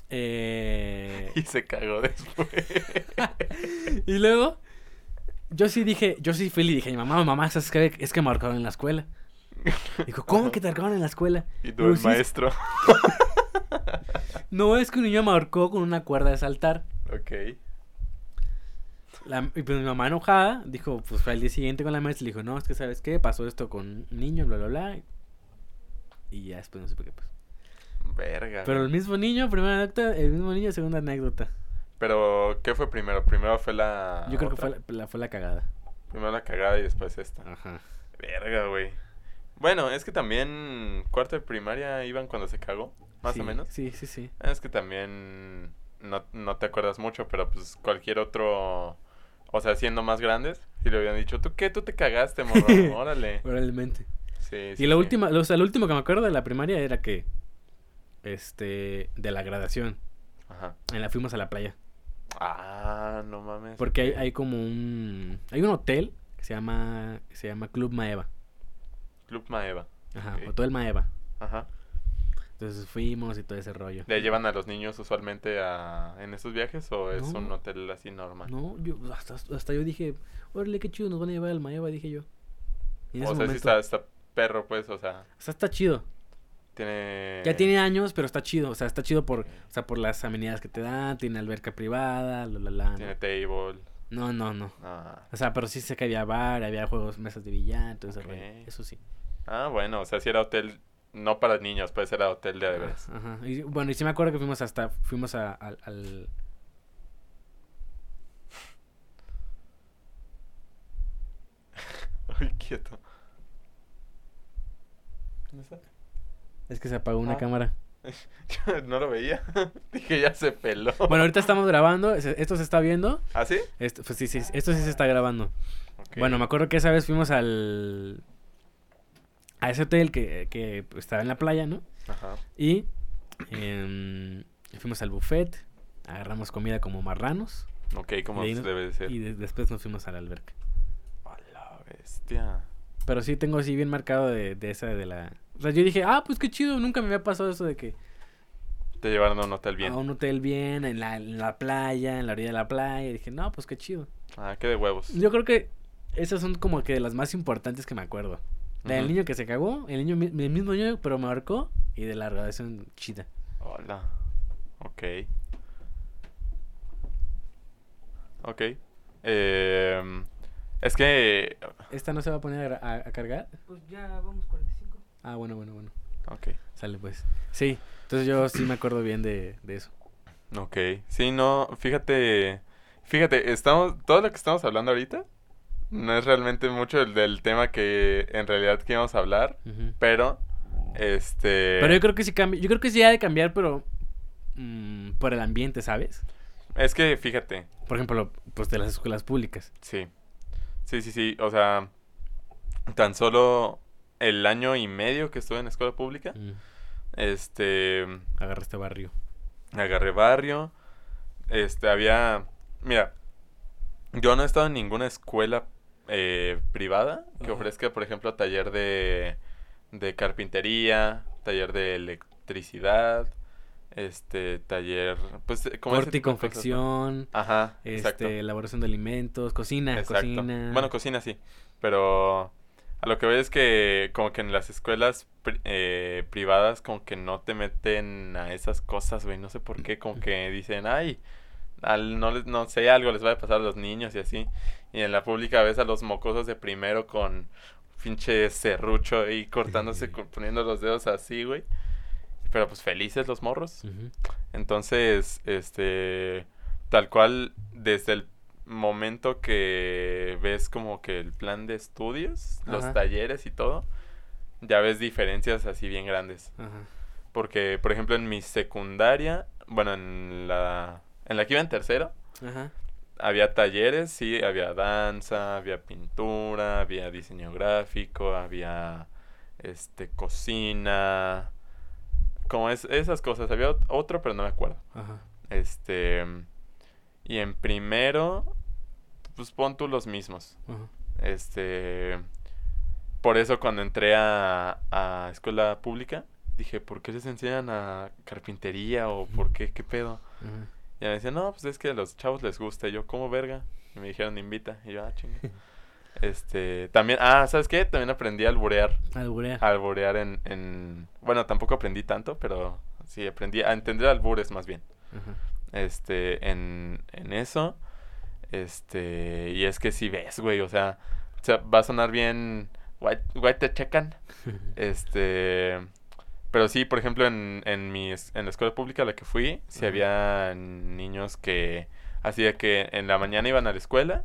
Speaker 1: eh,
Speaker 2: Y se cagó después.
Speaker 1: y luego, yo sí dije, yo sí fui y le dije, a mi mamá, mamá, ¿sabes qué? Es que me ahorcaron en la escuela. Dijo, ¿cómo que te ahorcaron en la escuela?
Speaker 2: Y tú,
Speaker 1: Digo,
Speaker 2: el
Speaker 1: "Sí, es-
Speaker 2: maestro.
Speaker 1: No, es que un niño me ahorcó con una cuerda de saltar.
Speaker 2: Ok.
Speaker 1: La- y pues mi mamá enojada dijo, pues fue al día siguiente con la maestra y le dijo, no, es que sabes qué, pasó esto con un niño, bla, bla, bla. Y ya después no supe qué pasó.
Speaker 2: Verga.
Speaker 1: Pero el mismo niño, primera anécdota, el mismo niño, segunda anécdota.
Speaker 2: Pero, ¿qué fue primero? Primero fue la.
Speaker 1: Yo creo que
Speaker 2: Ah, otra.
Speaker 1: fue la, la- fue la cagada.
Speaker 2: Primero la cagada y después esta.
Speaker 1: Ajá.
Speaker 2: Verga, güey. Bueno, es que también cuarto de primaria iban cuando se cagó, más
Speaker 1: Sí,
Speaker 2: o menos.
Speaker 1: Sí, sí, sí.
Speaker 2: Es que también no, no te acuerdas mucho, pero pues cualquier otro, o sea, siendo más grandes, y le habían dicho, ¿tú qué? ¿Tú te cagaste, morro? Órale.
Speaker 1: Probablemente.
Speaker 2: Sí, sí,
Speaker 1: y la
Speaker 2: sí.
Speaker 1: última, o sea, lo último que me acuerdo de la primaria era que, este, de la graduación,
Speaker 2: Ajá.
Speaker 1: en la fuimos a la playa.
Speaker 2: Ah, no mames.
Speaker 1: Porque hay, hay como un, hay un hotel que se llama, que se llama Club Maeva.
Speaker 2: Club Maeva.
Speaker 1: Ajá,
Speaker 2: Ok.
Speaker 1: Hotel Maeva.
Speaker 2: Ajá.
Speaker 1: Entonces fuimos y todo ese rollo.
Speaker 2: ¿Le llevan a los niños usualmente a, en esos viajes o es
Speaker 1: No.
Speaker 2: un hotel así normal?
Speaker 1: No, yo, hasta, hasta yo dije, órale, qué chido, nos van a llevar al Maeva, dije yo. Y en
Speaker 2: o
Speaker 1: ese
Speaker 2: sea, sí
Speaker 1: momento,
Speaker 2: está, está perro, pues, o sea,
Speaker 1: o sea, está chido.
Speaker 2: tiene...
Speaker 1: Ya tiene años, pero está chido. O sea, está chido por, o sea, por las amenidades que te dan, tiene alberca privada, la, la, la.
Speaker 2: Tiene table.
Speaker 1: No, no, no.
Speaker 2: Ah,
Speaker 1: O sea, pero sí sé que había bar, había juegos, mesas de billar, todo ese
Speaker 2: Ok.
Speaker 1: rollo. Eso sí.
Speaker 2: Ah, bueno, o sea, si era hotel, no para niños, puede ser hotel de adveres.
Speaker 1: Ajá. Y, bueno, y sí me acuerdo que fuimos hasta, fuimos a- al, al- Ah.
Speaker 2: Ay, quieto. ¿Dónde está?
Speaker 1: Es que se apagó una
Speaker 2: Ah.
Speaker 1: cámara.
Speaker 2: Yo no lo veía. Dije, ya se peló.
Speaker 1: Bueno, ahorita estamos grabando, se- esto se está viendo.
Speaker 2: ¿Ah, sí?
Speaker 1: Esto, pues sí, sí, esto sí se está grabando.
Speaker 2: Ok.
Speaker 1: Bueno, me acuerdo que esa vez fuimos al... A ese hotel que, que estaba en la playa, ¿no?
Speaker 2: Ajá.
Speaker 1: Y em, fuimos al buffet, agarramos comida como marranos
Speaker 2: Ok, como
Speaker 1: Y ahí no-
Speaker 2: debe de ser.
Speaker 1: y de- después nos fuimos a la alberca.
Speaker 2: A la bestia.
Speaker 1: Pero sí tengo así bien marcado de, de esa de la... O sea, yo dije, ah, pues qué chido, nunca me había pasado eso de que
Speaker 2: Te llevaron a un hotel bien.
Speaker 1: a un hotel bien, en la, en la playa, en la orilla de la playa. Dije, no, pues qué chido.
Speaker 2: Ah, qué de huevos.
Speaker 1: Yo creo que esas son como que de las más importantes que me acuerdo. La del
Speaker 2: Ujú.
Speaker 1: niño que se cagó, el niño, mi- el mismo niño, pero me marcó, y de la graduación chida.
Speaker 2: Hola. Ok. Ok. Em, es que...
Speaker 1: ¿Esta no se va a poner a, gra- a- a cargar?
Speaker 3: Pues ya vamos 45.
Speaker 1: Ah, bueno, bueno, bueno.
Speaker 2: Ok.
Speaker 1: Sale pues. Sí, entonces yo sí me acuerdo bien de, de eso.
Speaker 2: Ok, sí, no, fíjate, fíjate, estamos, todo lo que estamos hablando ahorita no es realmente mucho el del tema que en realidad queríamos hablar,
Speaker 1: Ujú.
Speaker 2: pero, este,
Speaker 1: Pero yo creo que sí cambia, yo creo que sí ha de cambiar, pero mm, por el ambiente, ¿sabes?
Speaker 2: es que fíjate,
Speaker 1: Por ejemplo, pues de las escuelas públicas.
Speaker 2: sí, sí, sí, sí, o sea, tan solo el año y medio que estuve en escuela pública,
Speaker 1: Mm,
Speaker 2: este,
Speaker 1: agarra este barrio.
Speaker 2: agarré barrio, este, había, mira, yo no he estado en ninguna escuela eh, privada que
Speaker 1: Ajá.
Speaker 2: ofrezca, por ejemplo, taller de, de carpintería, taller de electricidad, este, taller, pues, eh, como ese
Speaker 1: Corte y
Speaker 2: tipo de cosas, ¿no?
Speaker 1: confección,
Speaker 2: Ajá, exacto.
Speaker 1: este, elaboración de alimentos, cocina,
Speaker 2: Exacto.
Speaker 1: cocina.
Speaker 2: Bueno, cocina sí, pero a lo que veo es que como que en las escuelas pri- eh, privadas como que no te meten a esas cosas, güey, no sé por qué, como que dicen, ay, al- no, les, no sé, algo les va a pasar a los niños y así, y en la pública ves a los mocosos de primero con pinche serrucho ahí cortándose, co- poniendo los dedos así, güey, pero pues felices los morros.
Speaker 1: Ujú.
Speaker 2: Entonces, este, tal cual, desde el momento que ves como que el plan de estudios, los
Speaker 1: Ajá.
Speaker 2: talleres y todo, ya ves diferencias así bien grandes.
Speaker 1: Ajá.
Speaker 2: Porque, por ejemplo, en mi secundaria, bueno, en la, en la que iba en tercero,
Speaker 1: Ajá.
Speaker 2: había talleres, sí, había danza, había pintura, había diseño gráfico, había este cocina, como es, esas cosas, había ot- otro, pero no me acuerdo.
Speaker 1: Ajá.
Speaker 2: Este. Y en primero, pues pon tú los mismos.
Speaker 1: Ajá.
Speaker 2: Este. Por eso cuando entré a, a escuela pública, dije, ¿por qué les enseñan a carpintería o por qué? ¿Qué pedo?
Speaker 1: Ajá.
Speaker 2: Y me decían, no, pues es que a los chavos les gusta. Y yo, ¿cómo verga? Y me dijeron, invita. Y yo, ah, chinga. Este, también, ah, ¿sabes qué? También aprendí a alburear.
Speaker 1: Alburea.
Speaker 2: A alburear en, en. Bueno, tampoco aprendí tanto, pero sí aprendí a entender albures más bien.
Speaker 1: Ajá.
Speaker 2: Este, en, en eso. Este, y es que si ves, güey, o sea, o sea, va a sonar bien. Guay, guay te checan. Este. Pero sí, por ejemplo, en, en, mi, es- en la escuela pública a la que fui, sí
Speaker 1: Ajá.
Speaker 2: había niños que hacía que en la mañana iban a la escuela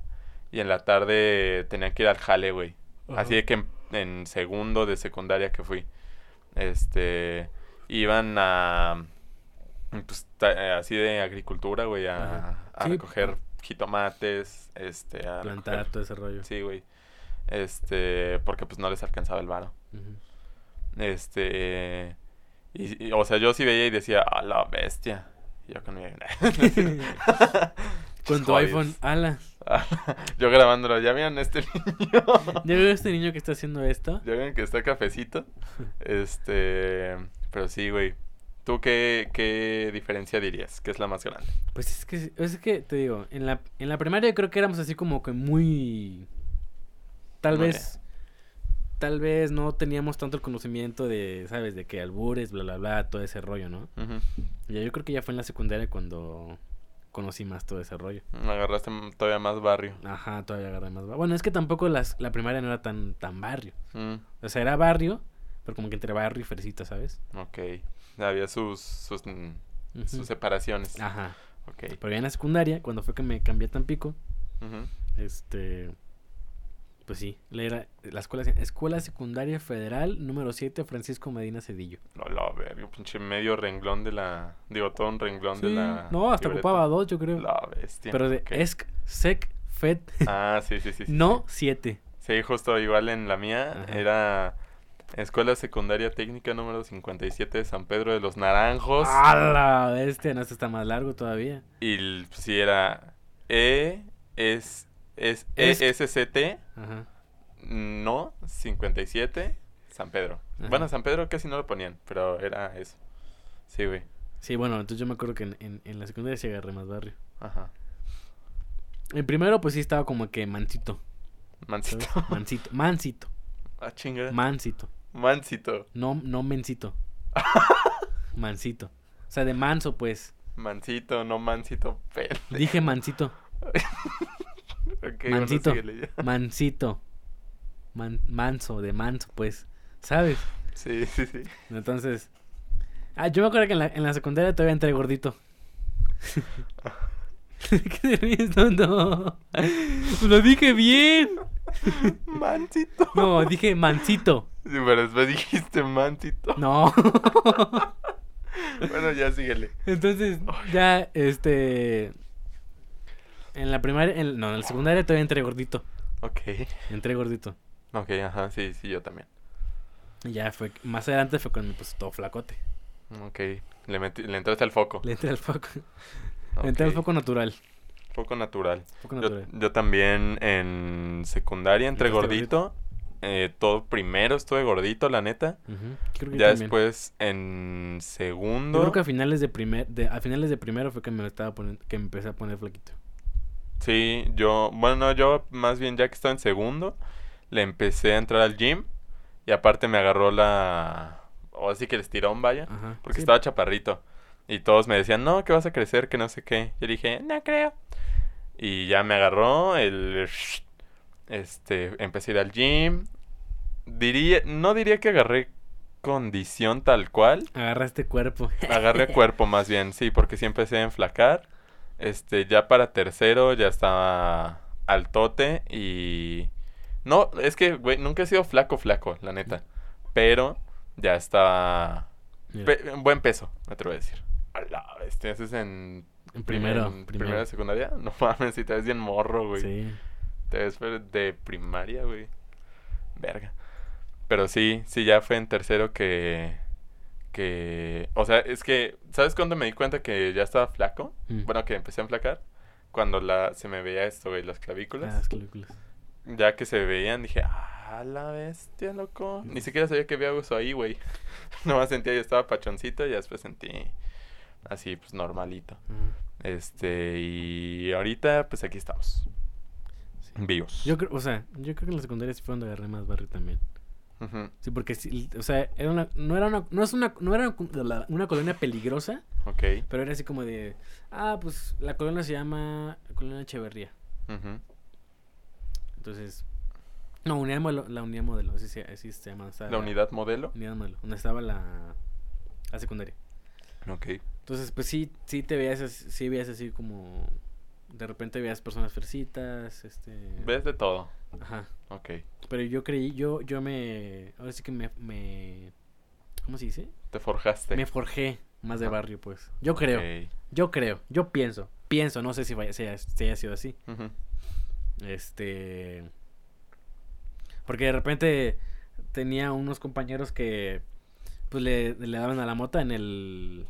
Speaker 2: y en la tarde tenían que ir al jale, güey. Así de que en, en segundo de secundaria que fui, este, iban a, pues, ta- eh, así de agricultura, güey, a,
Speaker 1: Ajá.
Speaker 2: a
Speaker 1: Sí.
Speaker 2: recoger jitomates, este, a recoger-
Speaker 1: Plantar todo ese rollo.
Speaker 2: sí, güey, este, porque pues no les alcanzaba el varo.
Speaker 1: Ujú.
Speaker 2: Este. Y, y, o sea, yo sí veía y decía, a la bestia. Y yo con mi.
Speaker 1: Con tu
Speaker 2: Jodidos.
Speaker 1: iPhone, ala.
Speaker 2: yo grabándolo, ¿ya vieron este niño?
Speaker 1: ¿Ya veo este niño que está haciendo esto?
Speaker 2: ¿Ya vieron que está cafecito? Este. Pero sí, güey. ¿Tú qué, qué diferencia dirías? ¿Qué es la más grande?
Speaker 1: Pues es que, es que te digo, en la, en la primaria yo creo que éramos así como que muy... Tal
Speaker 2: Muy-
Speaker 1: vez... Tal vez no teníamos tanto el conocimiento de, ¿sabes? De que albures, bla, bla, bla, todo ese rollo, ¿no?
Speaker 2: Ujú.
Speaker 1: Ya yo creo que ya fue en la secundaria cuando conocí más todo ese rollo.
Speaker 2: Me agarraste todavía más barrio.
Speaker 1: Ajá, todavía agarré más. bar- Bueno, es que tampoco las, la primaria no era tan, tan barrio.
Speaker 2: Mm,
Speaker 1: O sea, era barrio, pero como que entre barrio y fresita, ¿sabes?
Speaker 2: ok. Había sus, sus, mm,
Speaker 1: Ujú. Ah.
Speaker 2: sus separaciones.
Speaker 1: Ajá.
Speaker 2: Ok.
Speaker 1: Pero ya en la secundaria, cuando fue que me cambié a Tampico,
Speaker 2: Ujú.
Speaker 1: este. Pues sí, le era la escuela, escuela Secundaria Federal número 7, Francisco Medina Cedillo.
Speaker 2: No, la verga, pinche medio renglón de la. Digo, todo un renglón de
Speaker 1: Sí,
Speaker 2: la.
Speaker 1: no, hasta
Speaker 2: libreta.
Speaker 1: ocupaba dos, yo creo.
Speaker 2: La bestia.
Speaker 1: pero de
Speaker 2: ok.
Speaker 1: ESC, SEC, FED,
Speaker 2: Ah, sí, sí, sí. sí,
Speaker 1: no 7.
Speaker 2: Sí, Sí, justo igual en la mía
Speaker 1: Ajá.
Speaker 2: era Escuela Secundaria Técnica número 57 de San Pedro de los Naranjos.
Speaker 1: ¡Hala! Este, no, este está más largo todavía.
Speaker 2: Y el- pues, sí era E, es, es, E,
Speaker 1: Es-
Speaker 2: ESCT,
Speaker 1: Ajá.
Speaker 2: no, 57, San Pedro.
Speaker 1: Ajá.
Speaker 2: Bueno, San Pedro casi no lo ponían, pero era eso. Sí, güey.
Speaker 1: Sí, bueno, entonces yo me acuerdo que en, en- en la secundaria sí agarré más barrio.
Speaker 2: Ajá.
Speaker 1: En primero, pues sí estaba como que mansito.
Speaker 2: Mancito.
Speaker 1: ¿sabes? Mansito. Mansito.
Speaker 2: Ah, chinga.
Speaker 1: Mansito.
Speaker 2: Mancito.
Speaker 1: No, no mencito. Mansito. O sea, de manso, pues.
Speaker 2: Mancito, no mancito. Pele.
Speaker 1: Dije mansito.
Speaker 2: Ok, bueno,
Speaker 1: Mancito.
Speaker 2: síguele ya.
Speaker 1: Mansito. Man- manso, de manso, pues. ¿Sabes?
Speaker 2: Sí, sí, sí.
Speaker 1: Entonces. Ah, yo me acuerdo que en la, en la secundaria todavía entré gordito. ¿Qué te ríes, tonto? Lo dije bien.
Speaker 2: Mancito.
Speaker 1: No, dije mansito.
Speaker 2: Sí, pero después dijiste mantito.
Speaker 1: No.
Speaker 2: Bueno, ya síguele.
Speaker 1: Entonces, ya, este. En la primaria. en- no, en la secundaria todavía entré gordito.
Speaker 2: Ok.
Speaker 1: Entré gordito.
Speaker 2: Ok, ajá, sí, sí, yo también.
Speaker 1: Y ya fue. Más adelante fue cuando me puse todo flacote.
Speaker 2: Ok. Le, metí- le entraste al foco.
Speaker 1: Le entré al foco. Le entré al
Speaker 2: Ok,
Speaker 1: foco natural.
Speaker 2: foco natural.
Speaker 1: Foco
Speaker 2: Yo-
Speaker 1: natural.
Speaker 2: Yo, también en secundaria entré
Speaker 1: Entraste
Speaker 2: gordito. Eh, todo primero estuve gordito, la neta.
Speaker 1: Ujú, Creo que yo
Speaker 2: Ya
Speaker 1: también.
Speaker 2: después en
Speaker 1: Yo
Speaker 2: segundo.
Speaker 1: creo que a finales de primer, de- a finales de primero fue que me estaba poniendo, que me empecé a poner flaquito.
Speaker 2: Sí, yo, bueno, no, yo más bien ya que estaba en segundo, le empecé a entrar al gym y aparte me agarró la, o así que el estirón, vaya,
Speaker 1: Ajá.
Speaker 2: porque
Speaker 1: Ah, sí.
Speaker 2: estaba chaparrito y todos me decían, no, que vas a crecer, que no sé qué. Yo dije, no creo. Y ya me agarró el, este, empecé a ir al gym. Diría, no diría que agarré condición tal cual,
Speaker 1: Agarraste este cuerpo.
Speaker 2: Agarré cuerpo más bien, sí, porque sí empecé a enflacar. Este, ya para tercero ya estaba al tote y... No, es que, güey, nunca he sido flaco, flaco, la neta. Pero ya estaba...
Speaker 1: Mira,
Speaker 2: pe- en buen peso, me atrevo a decir. Ala, este, ¿haces en...
Speaker 1: en primero.
Speaker 2: en
Speaker 1: primero.
Speaker 2: primera de secundaria? No mames, si te ves bien morro, güey.
Speaker 1: Sí.
Speaker 2: Te ves pero de primaria, güey. Verga. Pero sí, sí, ya fue en tercero que, que, o sea, es que, ¿sabes cuándo me di cuenta que ya estaba flaco?
Speaker 1: Mm.
Speaker 2: Bueno, que empecé a enflacar. Cuando la, se me veía esto, güey, las clavículas.
Speaker 1: Ah, las clavículas.
Speaker 2: Ya que se veían, dije, ah, la bestia, loco. Ni siquiera sabía que había uso ahí, güey. Nomás sentía, yo estaba pachoncito y después sentí así, pues, normalito.
Speaker 1: Ajá.
Speaker 2: Este, y ahorita, pues, aquí estamos.
Speaker 1: Sí.
Speaker 2: Vivos.
Speaker 1: Yo creo, o sea, yo creo que en la secundaria sí fue donde agarré más barrio también.
Speaker 2: Ujú,
Speaker 1: Sí, porque sí, o sea, era una, no era una, no es una, no era una, una colonia peligrosa,
Speaker 2: Ok.
Speaker 1: pero era así como de, ah, pues la colonia se llama Colonia Echeverría.
Speaker 2: ujú.
Speaker 1: Entonces, no, unidad modelo, la unidad modelo, así se, así se llama. o sea,
Speaker 2: La unidad modelo.
Speaker 1: Unidad modelo, donde estaba la, la secundaria.
Speaker 2: Ok.
Speaker 1: Entonces, pues sí, sí te veías, as- sí veías así como, de repente veías personas fresitas, este.
Speaker 2: Ves de todo.
Speaker 1: Ajá.
Speaker 2: Ok.
Speaker 1: Pero yo creí, yo, yo me, ahora sí que me, me, ¿cómo se dice?
Speaker 2: Te forjaste.
Speaker 1: Me forjé más de
Speaker 2: Ajá.
Speaker 1: barrio, pues. Yo creo,
Speaker 2: Ok,
Speaker 1: yo creo, yo pienso, pienso, no sé si, vaya, si, haya, si haya sido así.
Speaker 2: ujú.
Speaker 1: Este. Porque de repente tenía unos compañeros que pues le, le daban a la mota en el.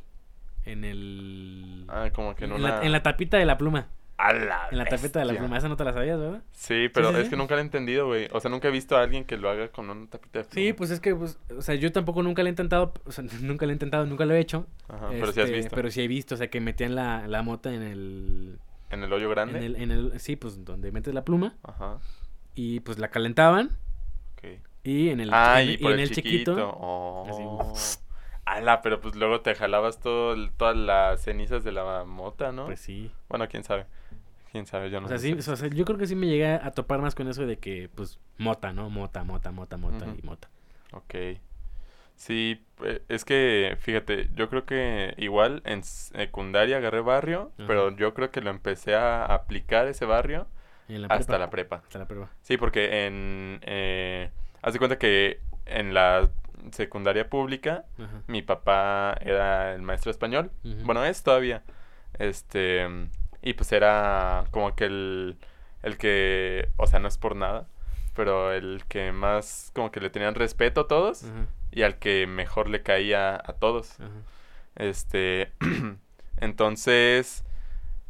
Speaker 1: En el.
Speaker 2: Ah, como que en,
Speaker 1: en la-
Speaker 2: una...
Speaker 1: en la tapita de la pluma.
Speaker 2: ¡A la
Speaker 1: En la tapita de la
Speaker 2: bestia!
Speaker 1: pluma. Esa no te la sabías, ¿verdad?
Speaker 2: Sí, pero
Speaker 1: sí,
Speaker 2: es
Speaker 1: sí.
Speaker 2: que nunca lo he entendido, güey. O sea, nunca he visto a alguien que lo haga con una tapita de
Speaker 1: Sí,
Speaker 2: pluma.
Speaker 1: pues es que, pues, o sea, yo tampoco nunca lo he intentado, o sea, nunca lo he intentado, nunca lo he hecho.
Speaker 2: Ajá, Ah, pero sí has
Speaker 1: Este,
Speaker 2: visto.
Speaker 1: Pero sí he visto, o sea, que metían la, la mota en el,
Speaker 2: En el hoyo
Speaker 1: en
Speaker 2: grande.
Speaker 1: el, en el, sí, pues, donde metes la pluma
Speaker 2: Ajá,
Speaker 1: y, pues, la calentaban
Speaker 2: ok.
Speaker 1: y en el,
Speaker 2: ah,
Speaker 1: en-
Speaker 2: y
Speaker 1: y
Speaker 2: por
Speaker 1: en
Speaker 2: el, chiquito.
Speaker 1: así,
Speaker 2: Oh. Ala, pero pues luego te jalabas todo, el- todas las cenizas de la mota, ¿no?
Speaker 1: pues sí.
Speaker 2: Bueno, quién sabe. Quién sabe, yo no
Speaker 1: O sea,
Speaker 2: sé.
Speaker 1: sí, o sea, yo creo que sí me llegué a topar más con eso de que, pues, mota, ¿no? Mota, mota, mota, mota
Speaker 2: Ujú.
Speaker 1: y mota.
Speaker 2: Ok. Sí, eh, es que, fíjate, yo creo que igual en secundaria agarré barrio,
Speaker 1: Ajá.
Speaker 2: pero yo creo que lo empecé a aplicar ese barrio
Speaker 1: En la
Speaker 2: hasta
Speaker 1: prepa.
Speaker 2: la prepa.
Speaker 1: Hasta la prueba.
Speaker 2: Sí, porque en... Eh, haz de cuenta que en la secundaria pública
Speaker 1: Ajá.
Speaker 2: mi papá era el maestro de español.
Speaker 1: Ujú.
Speaker 2: Bueno, es todavía. Este... Y pues era como que el... El que... O sea, no es por nada. Pero el que más como que le tenían respeto a todos
Speaker 1: Ajá,
Speaker 2: y al que mejor le caía a todos.
Speaker 1: ajá.
Speaker 2: Este, entonces,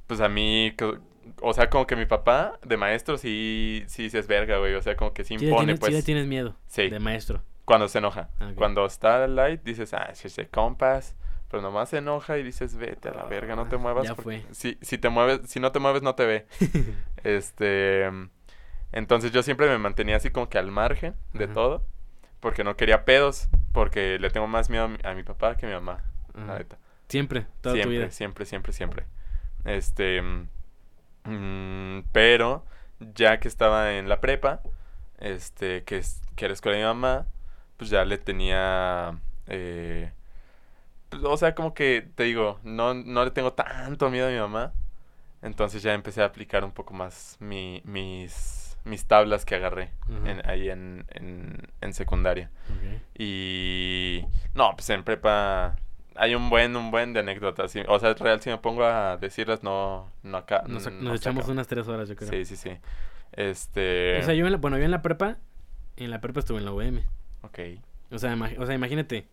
Speaker 2: pues a mí, co- o sea, como que mi papá de maestro sí, sí se es verga, güey, o sea, como que sí
Speaker 1: Sí le
Speaker 2: impone,
Speaker 1: tienes, sí le
Speaker 2: pues,
Speaker 1: tienes miedo.
Speaker 2: Sí.
Speaker 1: De maestro.
Speaker 2: cuando se enoja.
Speaker 1: Ah, ok.
Speaker 2: Cuando está light dices, ah, sí, sí, compas, pero nomás se enoja y dices, vete a la verga, no te
Speaker 1: Ah,
Speaker 2: muevas.
Speaker 1: ya
Speaker 2: porque
Speaker 1: fue.
Speaker 2: Si, si te mueves, si no te mueves, no te ve. Este, entonces yo siempre me mantenía así como que al margen de
Speaker 1: Ajá.
Speaker 2: todo, porque no quería pedos, porque le tengo más miedo a mi, a mi papá que a mi mamá, la
Speaker 1: Ajá.
Speaker 2: neta.
Speaker 1: Siempre, toda
Speaker 2: siempre,
Speaker 1: tu vida.
Speaker 2: siempre, siempre, siempre. Este, mm, mm, pero ya que estaba en la prepa, este, que, es- que era escuela de mi mamá, pues ya le tenía, eh, pues, o sea, como que, te digo, no, no le tengo tanto miedo a mi mamá. Entonces ya empecé a aplicar un poco más mi- mis, mis tablas que agarré
Speaker 1: Ajá.
Speaker 2: en- ahí en, en, en secundaria.
Speaker 1: Ok.
Speaker 2: Y no, pues en prepa hay un buen, un buen de anécdotas. sí. O sea, es real, si me pongo a decirlas, no, no acá.
Speaker 1: Nos,
Speaker 2: Mm, no
Speaker 1: nos
Speaker 2: se
Speaker 1: echamos
Speaker 2: acaba.
Speaker 1: unas tres horas, yo creo.
Speaker 2: Sí, sí, sí. Este.
Speaker 1: O sea, yo en la, bueno, yo en la prepa, en la prepa estuve en la UM.
Speaker 2: Ok.
Speaker 1: O sea, ima- o sea, imagínate,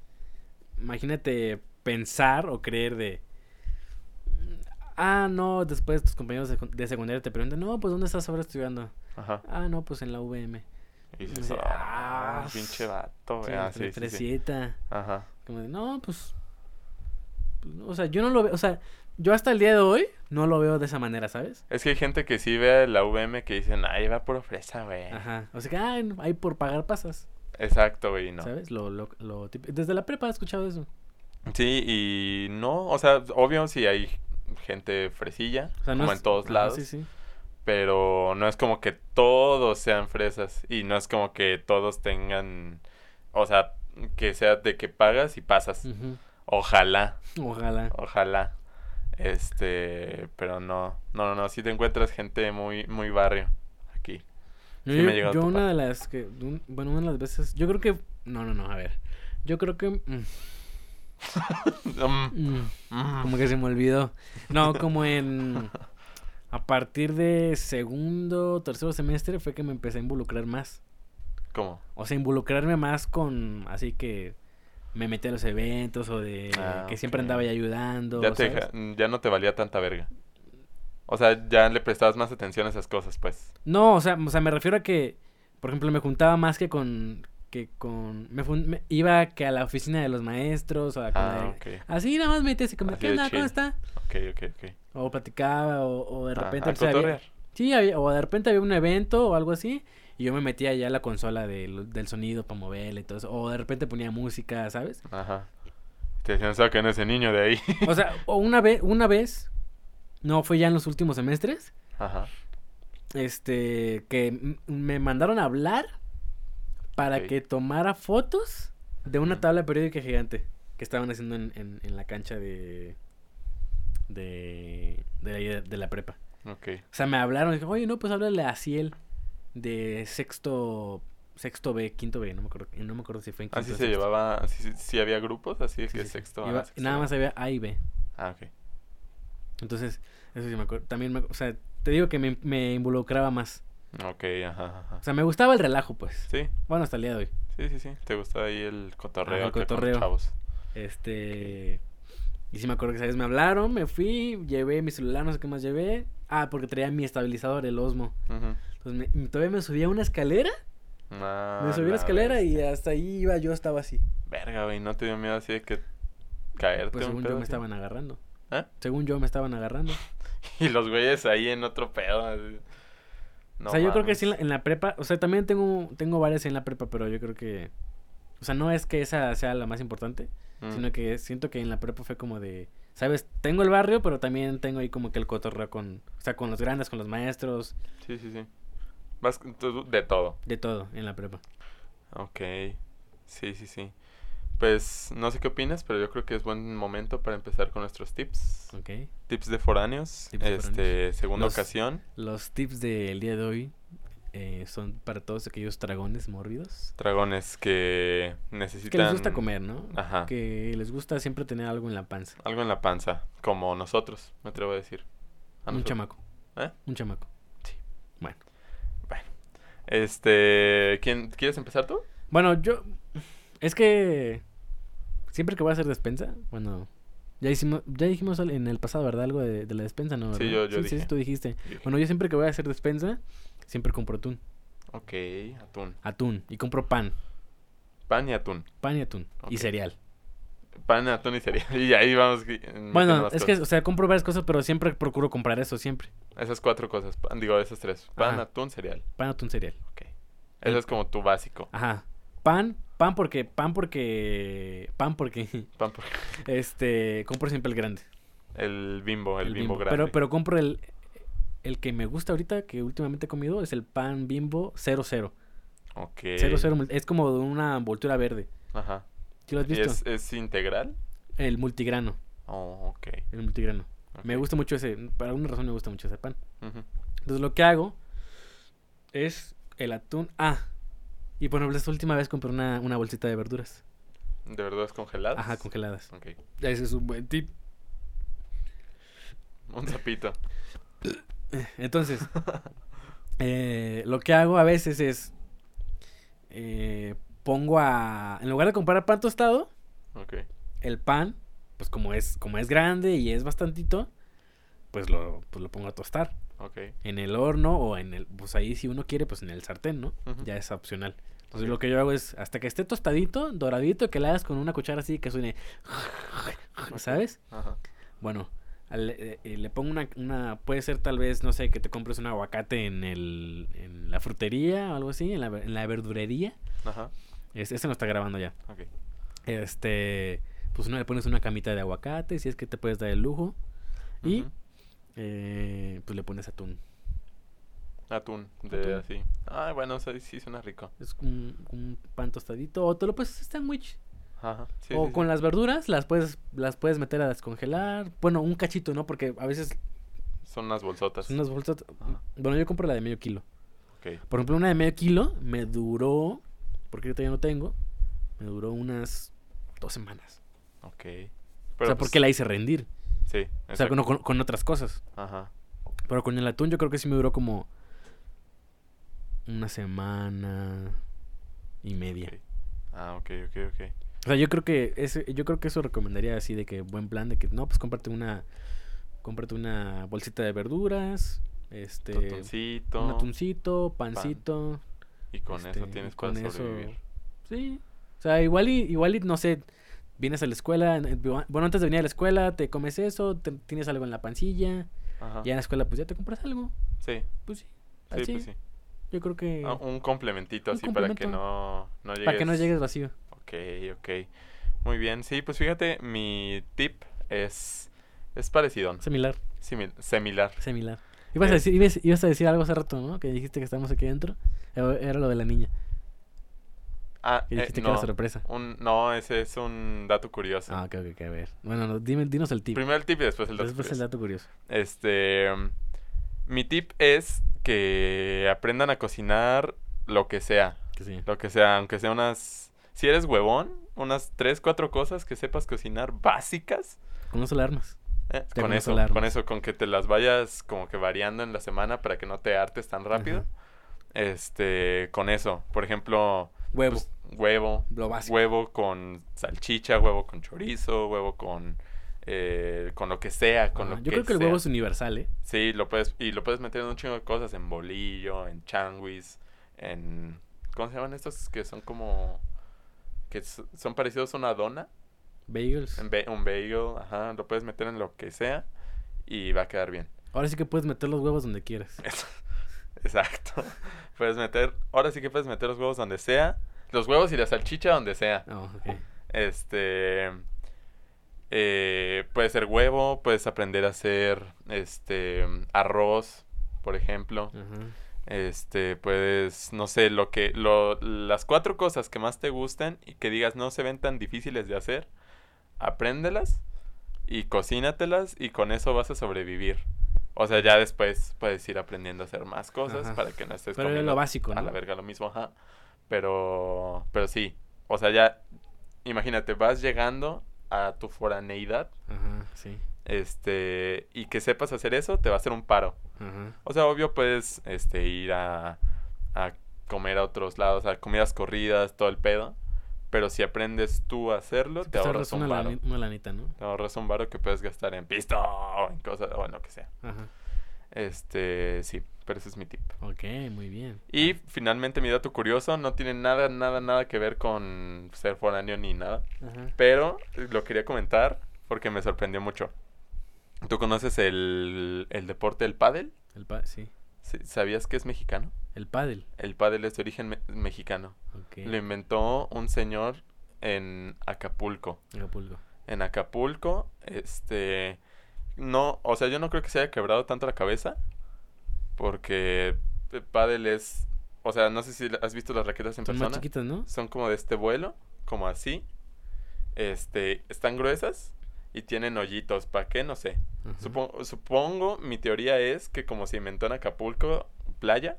Speaker 1: imagínate pensar o creer de, ah, no, después tus compañeros de, secu- de secundaria te preguntan, no, pues, ¿dónde estás ahora estudiando?
Speaker 2: Ajá.
Speaker 1: Ah, no, pues, en la UVM.
Speaker 2: Y dices,
Speaker 1: Sí,
Speaker 2: ah,
Speaker 1: ah,
Speaker 2: pinche vato,
Speaker 1: Sí,
Speaker 2: güey. Ah,
Speaker 1: en
Speaker 2: sí, sí, sí.
Speaker 1: Fresieta.
Speaker 2: Ajá.
Speaker 1: Como de, no, pues, pues, no", o sea, yo no lo veo, o sea, yo hasta el día de hoy no lo veo de esa manera, ¿sabes?
Speaker 2: Es que hay gente que sí ve la VM que dicen, ahí va puro fresa, güey.
Speaker 1: Ajá, o sea, que, ah, ahí por pagar pasas,
Speaker 2: Exacto, güey, no.
Speaker 1: ¿sabes? Lo, lo, lo típico- Desde la prepa he escuchado eso.
Speaker 2: Sí, y no, o sea, obvio, sí hay gente fresilla,
Speaker 1: O sea, no
Speaker 2: como
Speaker 1: es-
Speaker 2: en todos
Speaker 1: ajá,
Speaker 2: lados.
Speaker 1: Sí, sí.
Speaker 2: pero no es como que todos sean fresas y no es como que todos tengan, o sea, que sea de que pagas y pasas.
Speaker 1: Ujú.
Speaker 2: Ojalá,
Speaker 1: Ojalá.
Speaker 2: ojalá. Este, pero no, no, no, no, sí te encuentras gente muy, muy barrio aquí.
Speaker 1: No,
Speaker 2: Sí
Speaker 1: yo
Speaker 2: me he llegado a
Speaker 1: yo una
Speaker 2: topar.
Speaker 1: de las que. de un- bueno, una de las veces. Yo creo que. No, no, no, a ver. Yo creo que. mm,
Speaker 2: Mm,
Speaker 1: mm,
Speaker 2: mm.
Speaker 1: como que se me olvidó. No, como en. A partir de segundo, tercero semestre fue que me empecé a involucrar más.
Speaker 2: ¿Cómo?
Speaker 1: O sea, involucrarme más con. Así que. me metí a los eventos o de
Speaker 2: Ah,
Speaker 1: que siempre
Speaker 2: ok.
Speaker 1: andaba ahí ayudando.
Speaker 2: Ya, te,
Speaker 1: ¿sabes?
Speaker 2: deja- ya no te valía tanta verga. O sea, ya le prestabas más atención a esas cosas, pues.
Speaker 1: No, o sea, o sea, me refiero a que, por ejemplo, me juntaba más que con... Que con me, fun- me- iba que a la oficina de los maestros o a... con
Speaker 2: Ah,
Speaker 1: la-
Speaker 2: ok.
Speaker 1: Así nada más metes y como,
Speaker 2: Así
Speaker 1: ¿qué
Speaker 2: de
Speaker 1: onda?
Speaker 2: chill.
Speaker 1: ¿Cómo está?
Speaker 2: Ok, ok, ok.
Speaker 1: O platicaba o, o de
Speaker 2: Ah,
Speaker 1: repente...
Speaker 2: a
Speaker 1: pues, había-
Speaker 2: cotorrear.
Speaker 1: sí, había- o de repente había un evento o algo así y yo me metía ya a la consola del, del sonido para moverle y todo eso. O de repente ponía música, ¿sabes?
Speaker 2: Ajá. Te decían, saquen a ese niño de ahí.
Speaker 1: O sea, o una vez, una vez, no, fue ya en los últimos semestres,
Speaker 2: Ajá.
Speaker 1: este, que m- me mandaron a hablar para
Speaker 2: Ok.
Speaker 1: que tomara fotos de una
Speaker 2: Ujú.
Speaker 1: tabla periódica gigante que estaban haciendo en, en- en la cancha de de, de, ahí de- de la prepa.
Speaker 2: Ok.
Speaker 1: O sea, me hablaron, dije, oye, no, pues háblale a Ciel de sexto, sexto B, quinto B, no me acuerdo, no me acuerdo si fue en quinto
Speaker 2: Así
Speaker 1: o
Speaker 2: Ah, se
Speaker 1: sexto.
Speaker 2: llevaba, así sí, sí había grupos, así de
Speaker 1: Sí,
Speaker 2: que
Speaker 1: sí, sí.
Speaker 2: sexto.
Speaker 1: Iba-
Speaker 2: ah, sexto
Speaker 1: nada
Speaker 2: B.
Speaker 1: más había A y B.
Speaker 2: Ah, ok.
Speaker 1: Entonces, eso sí me acuerdo. También me, o sea, te digo que me, me involucraba más.
Speaker 2: Ok, ajá, ajá.
Speaker 1: O sea, me gustaba el relajo, pues.
Speaker 2: Sí,
Speaker 1: Bueno, hasta el día de hoy.
Speaker 2: sí, sí, sí. Te gusta ahí el cotorreo,
Speaker 1: Ajá, el
Speaker 2: acá con
Speaker 1: cotorreo.
Speaker 2: chavos.
Speaker 1: Este. Y sí me acuerdo que, ¿sabes? Me hablaron, me fui, llevé mi celular, no sé qué más llevé. Ah, porque traía mi estabilizador, el Osmo.
Speaker 2: Ujú.
Speaker 1: Entonces, me- todavía me subía a una escalera.
Speaker 2: Ah,
Speaker 1: me subí a la escalera y
Speaker 2: bestia.
Speaker 1: hasta ahí iba, yo estaba así.
Speaker 2: Verga, güey, ¿no te dio miedo así de que caerte
Speaker 1: Pues
Speaker 2: un
Speaker 1: según yo
Speaker 2: pedo
Speaker 1: me
Speaker 2: así?
Speaker 1: estaban agarrando.
Speaker 2: ¿Ah?
Speaker 1: Según yo me estaban agarrando.
Speaker 2: Y los güeyes ahí en otro pedo. así. No
Speaker 1: o sea, yo creo que
Speaker 2: mames.
Speaker 1: sí en la, en la prepa. O sea, también tengo, tengo varias en la prepa, pero yo creo que. O sea, no es que esa sea la más importante.
Speaker 2: Mm.
Speaker 1: Sino que siento que en la prepa fue como de, ¿sabes? Tengo el barrio, pero también tengo ahí como que el cotorreo con, o sea, con los grandes, con los maestros,
Speaker 2: Sí, sí, sí. Vas con tu- de todo.
Speaker 1: de todo en la prepa.
Speaker 2: Ok. Sí, sí, sí. Pues no sé qué opinas, pero yo creo que es buen momento para empezar con nuestros tips.
Speaker 1: ¿Ok?
Speaker 2: Tips de foráneos.
Speaker 1: Tips de
Speaker 2: este,
Speaker 1: foráneos.
Speaker 2: segunda
Speaker 1: Los-
Speaker 2: ocasión.
Speaker 1: Los tips del día de hoy eh, son para todos aquellos dragones morridos.
Speaker 2: Dragones que necesitan.
Speaker 1: Que les gusta comer, ¿no?
Speaker 2: Ajá.
Speaker 1: Que les gusta siempre tener algo en la panza.
Speaker 2: Algo en la panza. Como nosotros, me atrevo a decir. A
Speaker 1: Un
Speaker 2: nosotros.
Speaker 1: chamaco.
Speaker 2: ¿Eh?
Speaker 1: Un chamaco.
Speaker 2: Sí.
Speaker 1: Bueno.
Speaker 2: Este. ¿quién, ¿Quieres empezar tú?
Speaker 1: Bueno, yo... Es que... Siempre que voy a hacer despensa, bueno... Ya, hicimos, ya dijimos al- en el pasado, ¿verdad? Algo de, de la despensa, ¿no?
Speaker 2: Sí,
Speaker 1: ¿verdad?
Speaker 2: yo- yo
Speaker 1: sí,
Speaker 2: dije.
Speaker 1: tú dijiste. Bueno, yo siempre que voy a hacer despensa, siempre compro atún.
Speaker 2: Ok, atún.
Speaker 1: Atún. Y compro pan.
Speaker 2: Pan y atún.
Speaker 1: Pan y atún. Y
Speaker 2: Ok.
Speaker 1: cereal.
Speaker 2: Pan, atún y cereal. Y ahí vamos. gui- metiendo
Speaker 1: Bueno,
Speaker 2: más
Speaker 1: es que,
Speaker 2: cosas.
Speaker 1: o sea, compro varias cosas, pero siempre procuro comprar eso, siempre.
Speaker 2: Esas cuatro cosas. pan- digo, esas tres. Pan,
Speaker 1: Ajá.
Speaker 2: atún, cereal.
Speaker 1: Pan, atún, cereal.
Speaker 2: Ok.
Speaker 1: El-
Speaker 2: Eso es como tu básico.
Speaker 1: Ajá. Pan, pan porque, pan porque, pan porque,
Speaker 2: Pan por-
Speaker 1: este, compro siempre el grande.
Speaker 2: El bimbo, el, bimbo, grande.
Speaker 1: Pero, pero compro el, el que me gusta ahorita, que últimamente he comido, es el pan bimbo 00.
Speaker 2: Ok.
Speaker 1: 00, mul- es como de una envoltura verde.
Speaker 2: Ajá.
Speaker 1: ¿Sí lo has
Speaker 2: ¿Y
Speaker 1: visto?
Speaker 2: es, es integral?
Speaker 1: El multigrano,
Speaker 2: Oh, ok.
Speaker 1: el multigrano. Me
Speaker 2: ok.
Speaker 1: gusta mucho ese, por alguna razón me gusta mucho ese pan.
Speaker 2: Ujú.
Speaker 1: Entonces lo que hago es el atún. Ah, y por ejemplo, esta última vez compré una, una bolsita de verduras.
Speaker 2: ¿De verduras congeladas?
Speaker 1: Ajá, congeladas.
Speaker 2: Ok.
Speaker 1: Ese es un buen tip.
Speaker 2: Un sapito.
Speaker 1: Entonces, eh, lo que hago a veces es. eh, pongo a. En lugar de comprar pan tostado,
Speaker 2: Ok.
Speaker 1: el pan, pues como es, como es grande y es bastantito, pues lo, pues lo pongo a tostar.
Speaker 2: Ok.
Speaker 1: En el horno o en el. Pues ahí, si uno quiere, pues en el sartén, ¿no?
Speaker 2: Ujú.
Speaker 1: Ya es opcional. Entonces
Speaker 2: Ok.
Speaker 1: lo que yo hago es, hasta que esté tostadito, doradito, que le hagas con una cuchara así que suene, ¿sabes?
Speaker 2: Ajá.
Speaker 1: Bueno, al- eh, eh, le pongo una, una, puede ser tal vez, no sé, que te compres un aguacate en, el, en la frutería o algo así, en la, ver- en la verdurería.
Speaker 2: Ajá.
Speaker 1: Es- este no está grabando ya.
Speaker 2: Ok.
Speaker 1: Este, pues uno le pones una camita de aguacate, si es que te puedes dar el lujo. Y
Speaker 2: Ujú.
Speaker 1: eh, pues le pones atún.
Speaker 2: Atún. De
Speaker 1: Atún.
Speaker 2: así. Ay, bueno, o sea, sí suena rico.
Speaker 1: Es un, un pan tostadito o te lo puedes hacer sándwich.
Speaker 2: Ajá. Sí,
Speaker 1: o
Speaker 2: sí,
Speaker 1: con
Speaker 2: sí.
Speaker 1: las verduras las puedes las puedes meter a descongelar. Bueno, un cachito, ¿no? Porque a veces
Speaker 2: Son unas bolsotas.
Speaker 1: unas bolsas...
Speaker 2: Ajá.
Speaker 1: Bueno, yo compro la de medio kilo.
Speaker 2: Ok.
Speaker 1: Por ejemplo, una de medio kilo me duró... Porque ahorita ya no tengo. Me duró unas dos semanas.
Speaker 2: Ok.
Speaker 1: o sea,
Speaker 2: pues,
Speaker 1: porque la hice rendir.
Speaker 2: Sí.
Speaker 1: O sea,
Speaker 2: exacto.
Speaker 1: con, con- con otras cosas.
Speaker 2: Ajá.
Speaker 1: Pero con el atún yo creo que sí me duró como... Una semana y media.
Speaker 2: ok. Ah, ok, ok, ok.
Speaker 1: O sea, yo creo que ese, yo creo que eso recomendaría así de que buen plan de que no, pues cómprate una cómprate una bolsita de verduras, este
Speaker 2: Totoncito.
Speaker 1: un atuncito, pancito,
Speaker 2: Y con eso
Speaker 1: este,
Speaker 2: tienes
Speaker 1: con
Speaker 2: para
Speaker 1: eso-
Speaker 2: sobrevivir.
Speaker 1: Sí. O sea, igual y, igual y no sé, vienes a la escuela, en- en- bueno, antes de venir a la escuela te comes eso, te- tienes algo en la pancilla,
Speaker 2: Ajá.
Speaker 1: ya en la escuela pues ya te compras algo.
Speaker 2: Sí,
Speaker 1: Pues sí.
Speaker 2: Ah. sí,
Speaker 1: así,
Speaker 2: pues sí.
Speaker 1: Yo creo que
Speaker 2: Ah, un complementito
Speaker 1: un
Speaker 2: así para que
Speaker 1: complemento.
Speaker 2: no, no llegues.
Speaker 1: para que no llegues vacío.
Speaker 2: Ok, ok. Muy bien. Sí, pues fíjate, mi tip es, es parecido.
Speaker 1: Similar,
Speaker 2: simil- similar.
Speaker 1: similar. Ibas a,
Speaker 2: Eh.
Speaker 1: decir, ibas, ibas a decir algo hace rato, ¿no? Que dijiste que estamos aquí adentro. Era era lo de la niña.
Speaker 2: Ah,
Speaker 1: Que
Speaker 2: eh,
Speaker 1: dijiste que
Speaker 2: no.
Speaker 1: era sorpresa.
Speaker 2: Un- no, ese es un dato curioso.
Speaker 1: Ah, ok, ok, ok, a ver. Bueno, no, dime, dinos el tip.
Speaker 2: Primero el tip y después el dato
Speaker 1: Después el
Speaker 2: curioso.
Speaker 1: dato curioso.
Speaker 2: Este, mm, mi tip es que aprendan a cocinar lo que sea.
Speaker 1: Que sí.
Speaker 2: Lo que sea, aunque sea unas... Si eres huevón, unas tres, cuatro cosas que sepas cocinar básicas.
Speaker 1: Con las alarmas.
Speaker 2: eh,
Speaker 1: Ya
Speaker 2: con
Speaker 1: con eso
Speaker 2: eso,
Speaker 1: la
Speaker 2: con
Speaker 1: armas.
Speaker 2: eso, con que te las vayas como que variando en la semana para que no te hartes tan rápido.
Speaker 1: Ajá.
Speaker 2: Este, con eso. Por ejemplo,
Speaker 1: Huevo.
Speaker 2: pues, huevo,
Speaker 1: lo básico.
Speaker 2: huevo con salchicha, huevo con chorizo, huevo con eh, con lo que sea, con lo
Speaker 1: Ajá,
Speaker 2: que
Speaker 1: Yo creo que el huevo es
Speaker 2: sea.
Speaker 1: universal, ¿eh?
Speaker 2: Sí, lo puedes y lo puedes meter en un chingo de cosas, en bolillo, en changuis, en ¿cómo se llaman estos que son como que so- son parecidos a una dona?
Speaker 1: Bagels.
Speaker 2: En ba- un bagel, ajá, lo puedes meter en lo que sea y va a quedar bien.
Speaker 1: Ahora sí que puedes meter los huevos donde quieras.
Speaker 2: Exacto. Puedes meter, ahora sí que puedes meter los huevos donde sea, los huevos y la salchicha donde sea.
Speaker 1: Ah, ok.
Speaker 2: Este. Eh, puede ser huevo, puedes aprender a hacer este arroz, por ejemplo.
Speaker 1: Ajá.
Speaker 2: Este, puedes, no sé, lo que, lo, las cuatro cosas que más te gusten y que digas no se ven tan difíciles de hacer, apréndelas y cocínatelas y con eso vas a sobrevivir. O sea, ya después puedes ir aprendiendo a hacer más cosas
Speaker 1: Ajá.
Speaker 2: para que no estés
Speaker 1: Pero era
Speaker 2: comiendo
Speaker 1: lo básico,
Speaker 2: a la
Speaker 1: ¿no?
Speaker 2: verga lo mismo, ajá. Pero, pero sí, o sea, ya, imagínate, vas llegando a tu foraneidad,
Speaker 1: Ajá, sí.
Speaker 2: este, y que sepas hacer eso, te va a hacer un paro.
Speaker 1: Ajá.
Speaker 2: O sea, obvio puedes este, ir a, a comer a otros lados, a comidas corridas, todo el pedo. Pero si aprendes tú a hacerlo, te
Speaker 1: Pues ahorras
Speaker 2: ahorras un
Speaker 1: una,
Speaker 2: varo.
Speaker 1: lani- una lanita, ¿no?
Speaker 2: Te ahorras un varo que puedes gastar en pisto o en cosas o en lo que sea.
Speaker 1: Ajá.
Speaker 2: Este, sí, pero ese es mi tip.
Speaker 1: Ok, muy bien.
Speaker 2: Y finalmente mi dato curioso, no tiene nada, nada, nada que ver con ser foráneo ni nada.
Speaker 1: Ajá.
Speaker 2: Pero lo quería comentar porque me sorprendió mucho. ¿Tú conoces el, el deporte del pádel?
Speaker 1: El pa sí.
Speaker 2: ¿Sí- ¿Sabías que es mexicano?
Speaker 1: El pádel.
Speaker 2: El pádel es de origen me- mexicano.
Speaker 1: Ok.
Speaker 2: Lo inventó un señor en Acapulco.
Speaker 1: Acapulco.
Speaker 2: En Acapulco, este, no, o sea, yo no creo que se haya quebrado tanto la cabeza, porque el pádel es, o sea, no sé si has visto las raquetas en
Speaker 1: Son más
Speaker 2: persona.
Speaker 1: chiquitas, ¿no?
Speaker 2: Son como de este vuelo, como así. Este, están gruesas y tienen hoyitos. ¿Para qué? No sé.
Speaker 1: Ajá.
Speaker 2: Supo- Supongo, mi teoría es que como se inventó en Acapulco, playa,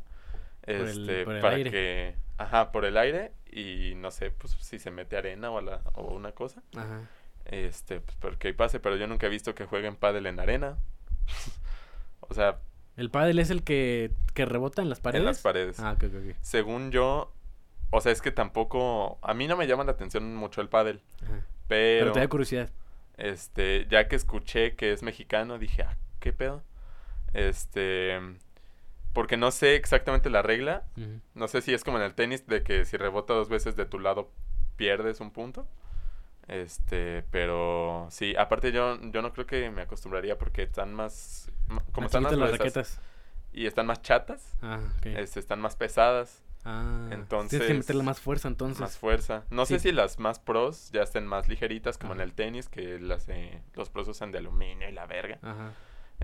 Speaker 1: el-
Speaker 2: este,
Speaker 1: por el
Speaker 2: para
Speaker 1: aire.
Speaker 2: que, ajá, por el aire y no sé, pues si se mete arena o, a la- o una cosa,
Speaker 1: Ajá.
Speaker 2: este, pues porque ahí pase, pero yo nunca he visto que jueguen pádel en arena. o sea,
Speaker 1: El pádel es el que, que rebota en las paredes.
Speaker 2: en las paredes.
Speaker 1: Ah, ok, ok, ok.
Speaker 2: Según yo, o sea, es que tampoco, a mí no me llama la atención mucho el pádel,
Speaker 1: Ajá. Pero,
Speaker 2: pero,
Speaker 1: te da curiosidad.
Speaker 2: este, ya que escuché que es mexicano, dije, ah, qué pedo. Este, porque no sé exactamente la regla.
Speaker 1: Ujú.
Speaker 2: No sé si es como en el tenis, de que si rebota dos veces de tu lado pierdes un punto. Este, pero sí, aparte yo, yo no creo que me acostumbraría porque están más, ma- como
Speaker 1: Más
Speaker 2: están más
Speaker 1: chiquitas las
Speaker 2: gruesas
Speaker 1: raquetas.
Speaker 2: y están más chatas,
Speaker 1: Ah, ok.
Speaker 2: este, están más pesadas,
Speaker 1: Ah, Tienes que
Speaker 2: entonces-
Speaker 1: meterle más fuerza entonces.
Speaker 2: más fuerza. No sé
Speaker 1: Sí.
Speaker 2: si las más pros ya estén más ligeritas como en
Speaker 1: Ajá.
Speaker 2: el tenis, que las de- los pros usan de aluminio y la verga.
Speaker 1: Ajá,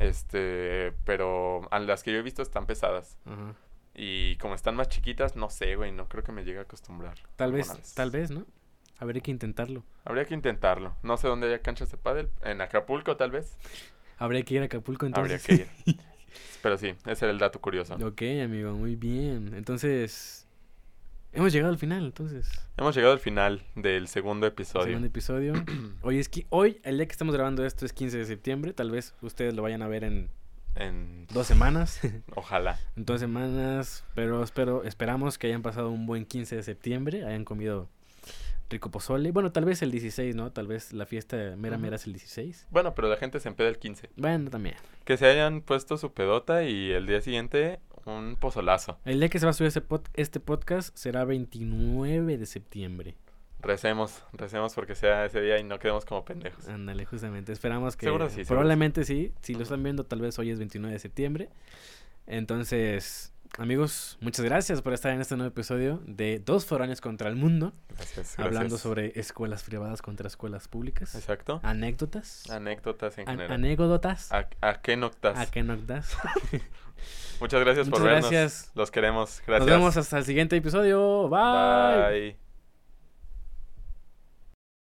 Speaker 2: Este, pero a las que yo he visto están pesadas.
Speaker 1: ajá.
Speaker 2: Y como están más chiquitas, no sé, güey, no creo que me llegue a acostumbrar.
Speaker 1: Tal vez,
Speaker 2: alguna vez.
Speaker 1: tal vez, ¿no? Habría que intentarlo.
Speaker 2: Habría que intentarlo. No sé dónde haya canchas de pádel. En Acapulco, tal vez.
Speaker 1: Habría que ir a Acapulco
Speaker 2: Habría
Speaker 1: entonces.
Speaker 2: que ir. Pero sí, ese era el dato curioso.
Speaker 1: ok, amigo, muy bien. Entonces, hemos llegado al final, entonces.
Speaker 2: Hemos llegado al final del segundo episodio.
Speaker 1: Segundo episodio. Hoy es qui- hoy, el día que estamos grabando esto es 15 de septiembre. Tal vez ustedes lo vayan a ver en
Speaker 2: En...
Speaker 1: dos semanas.
Speaker 2: Ojalá.
Speaker 1: en dos semanas. Pero espero, esperamos que hayan pasado un buen 15 de septiembre. Hayan comido rico pozole. Bueno, tal vez el 16, ¿no? Tal vez la fiesta mera
Speaker 2: Ujú.
Speaker 1: mera es el 16.
Speaker 2: Bueno, pero la gente se empeda el 15.
Speaker 1: Bueno, también.
Speaker 2: Que se hayan puesto su pedota y el día siguiente un pozolazo.
Speaker 1: El día que se va a subir ese pod- este podcast será 29 de septiembre.
Speaker 2: Recemos, recemos porque sea ese día y no quedemos como pendejos.
Speaker 1: Ándale, justamente. Esperamos que.
Speaker 2: Seguro sí, seguro
Speaker 1: probablemente sí. Si lo están viendo, tal vez hoy es 29 de septiembre. Entonces, amigos, muchas gracias por estar en este nuevo episodio de Dos Foráneos contra el Mundo.
Speaker 2: Gracias,
Speaker 1: Hablando
Speaker 2: gracias.
Speaker 1: sobre escuelas privadas contra escuelas públicas.
Speaker 2: Exacto.
Speaker 1: Anécdotas.
Speaker 2: Anécdotas en
Speaker 1: an-
Speaker 2: general.
Speaker 1: anécdotas.
Speaker 2: ¿A, a qué noctas?
Speaker 1: ¿A qué nos das?
Speaker 2: Muchas gracias por
Speaker 1: Muchas
Speaker 2: vernos.
Speaker 1: gracias.
Speaker 2: Los queremos. Gracias.
Speaker 1: Nos vemos hasta el siguiente episodio. Bye.
Speaker 2: Bye.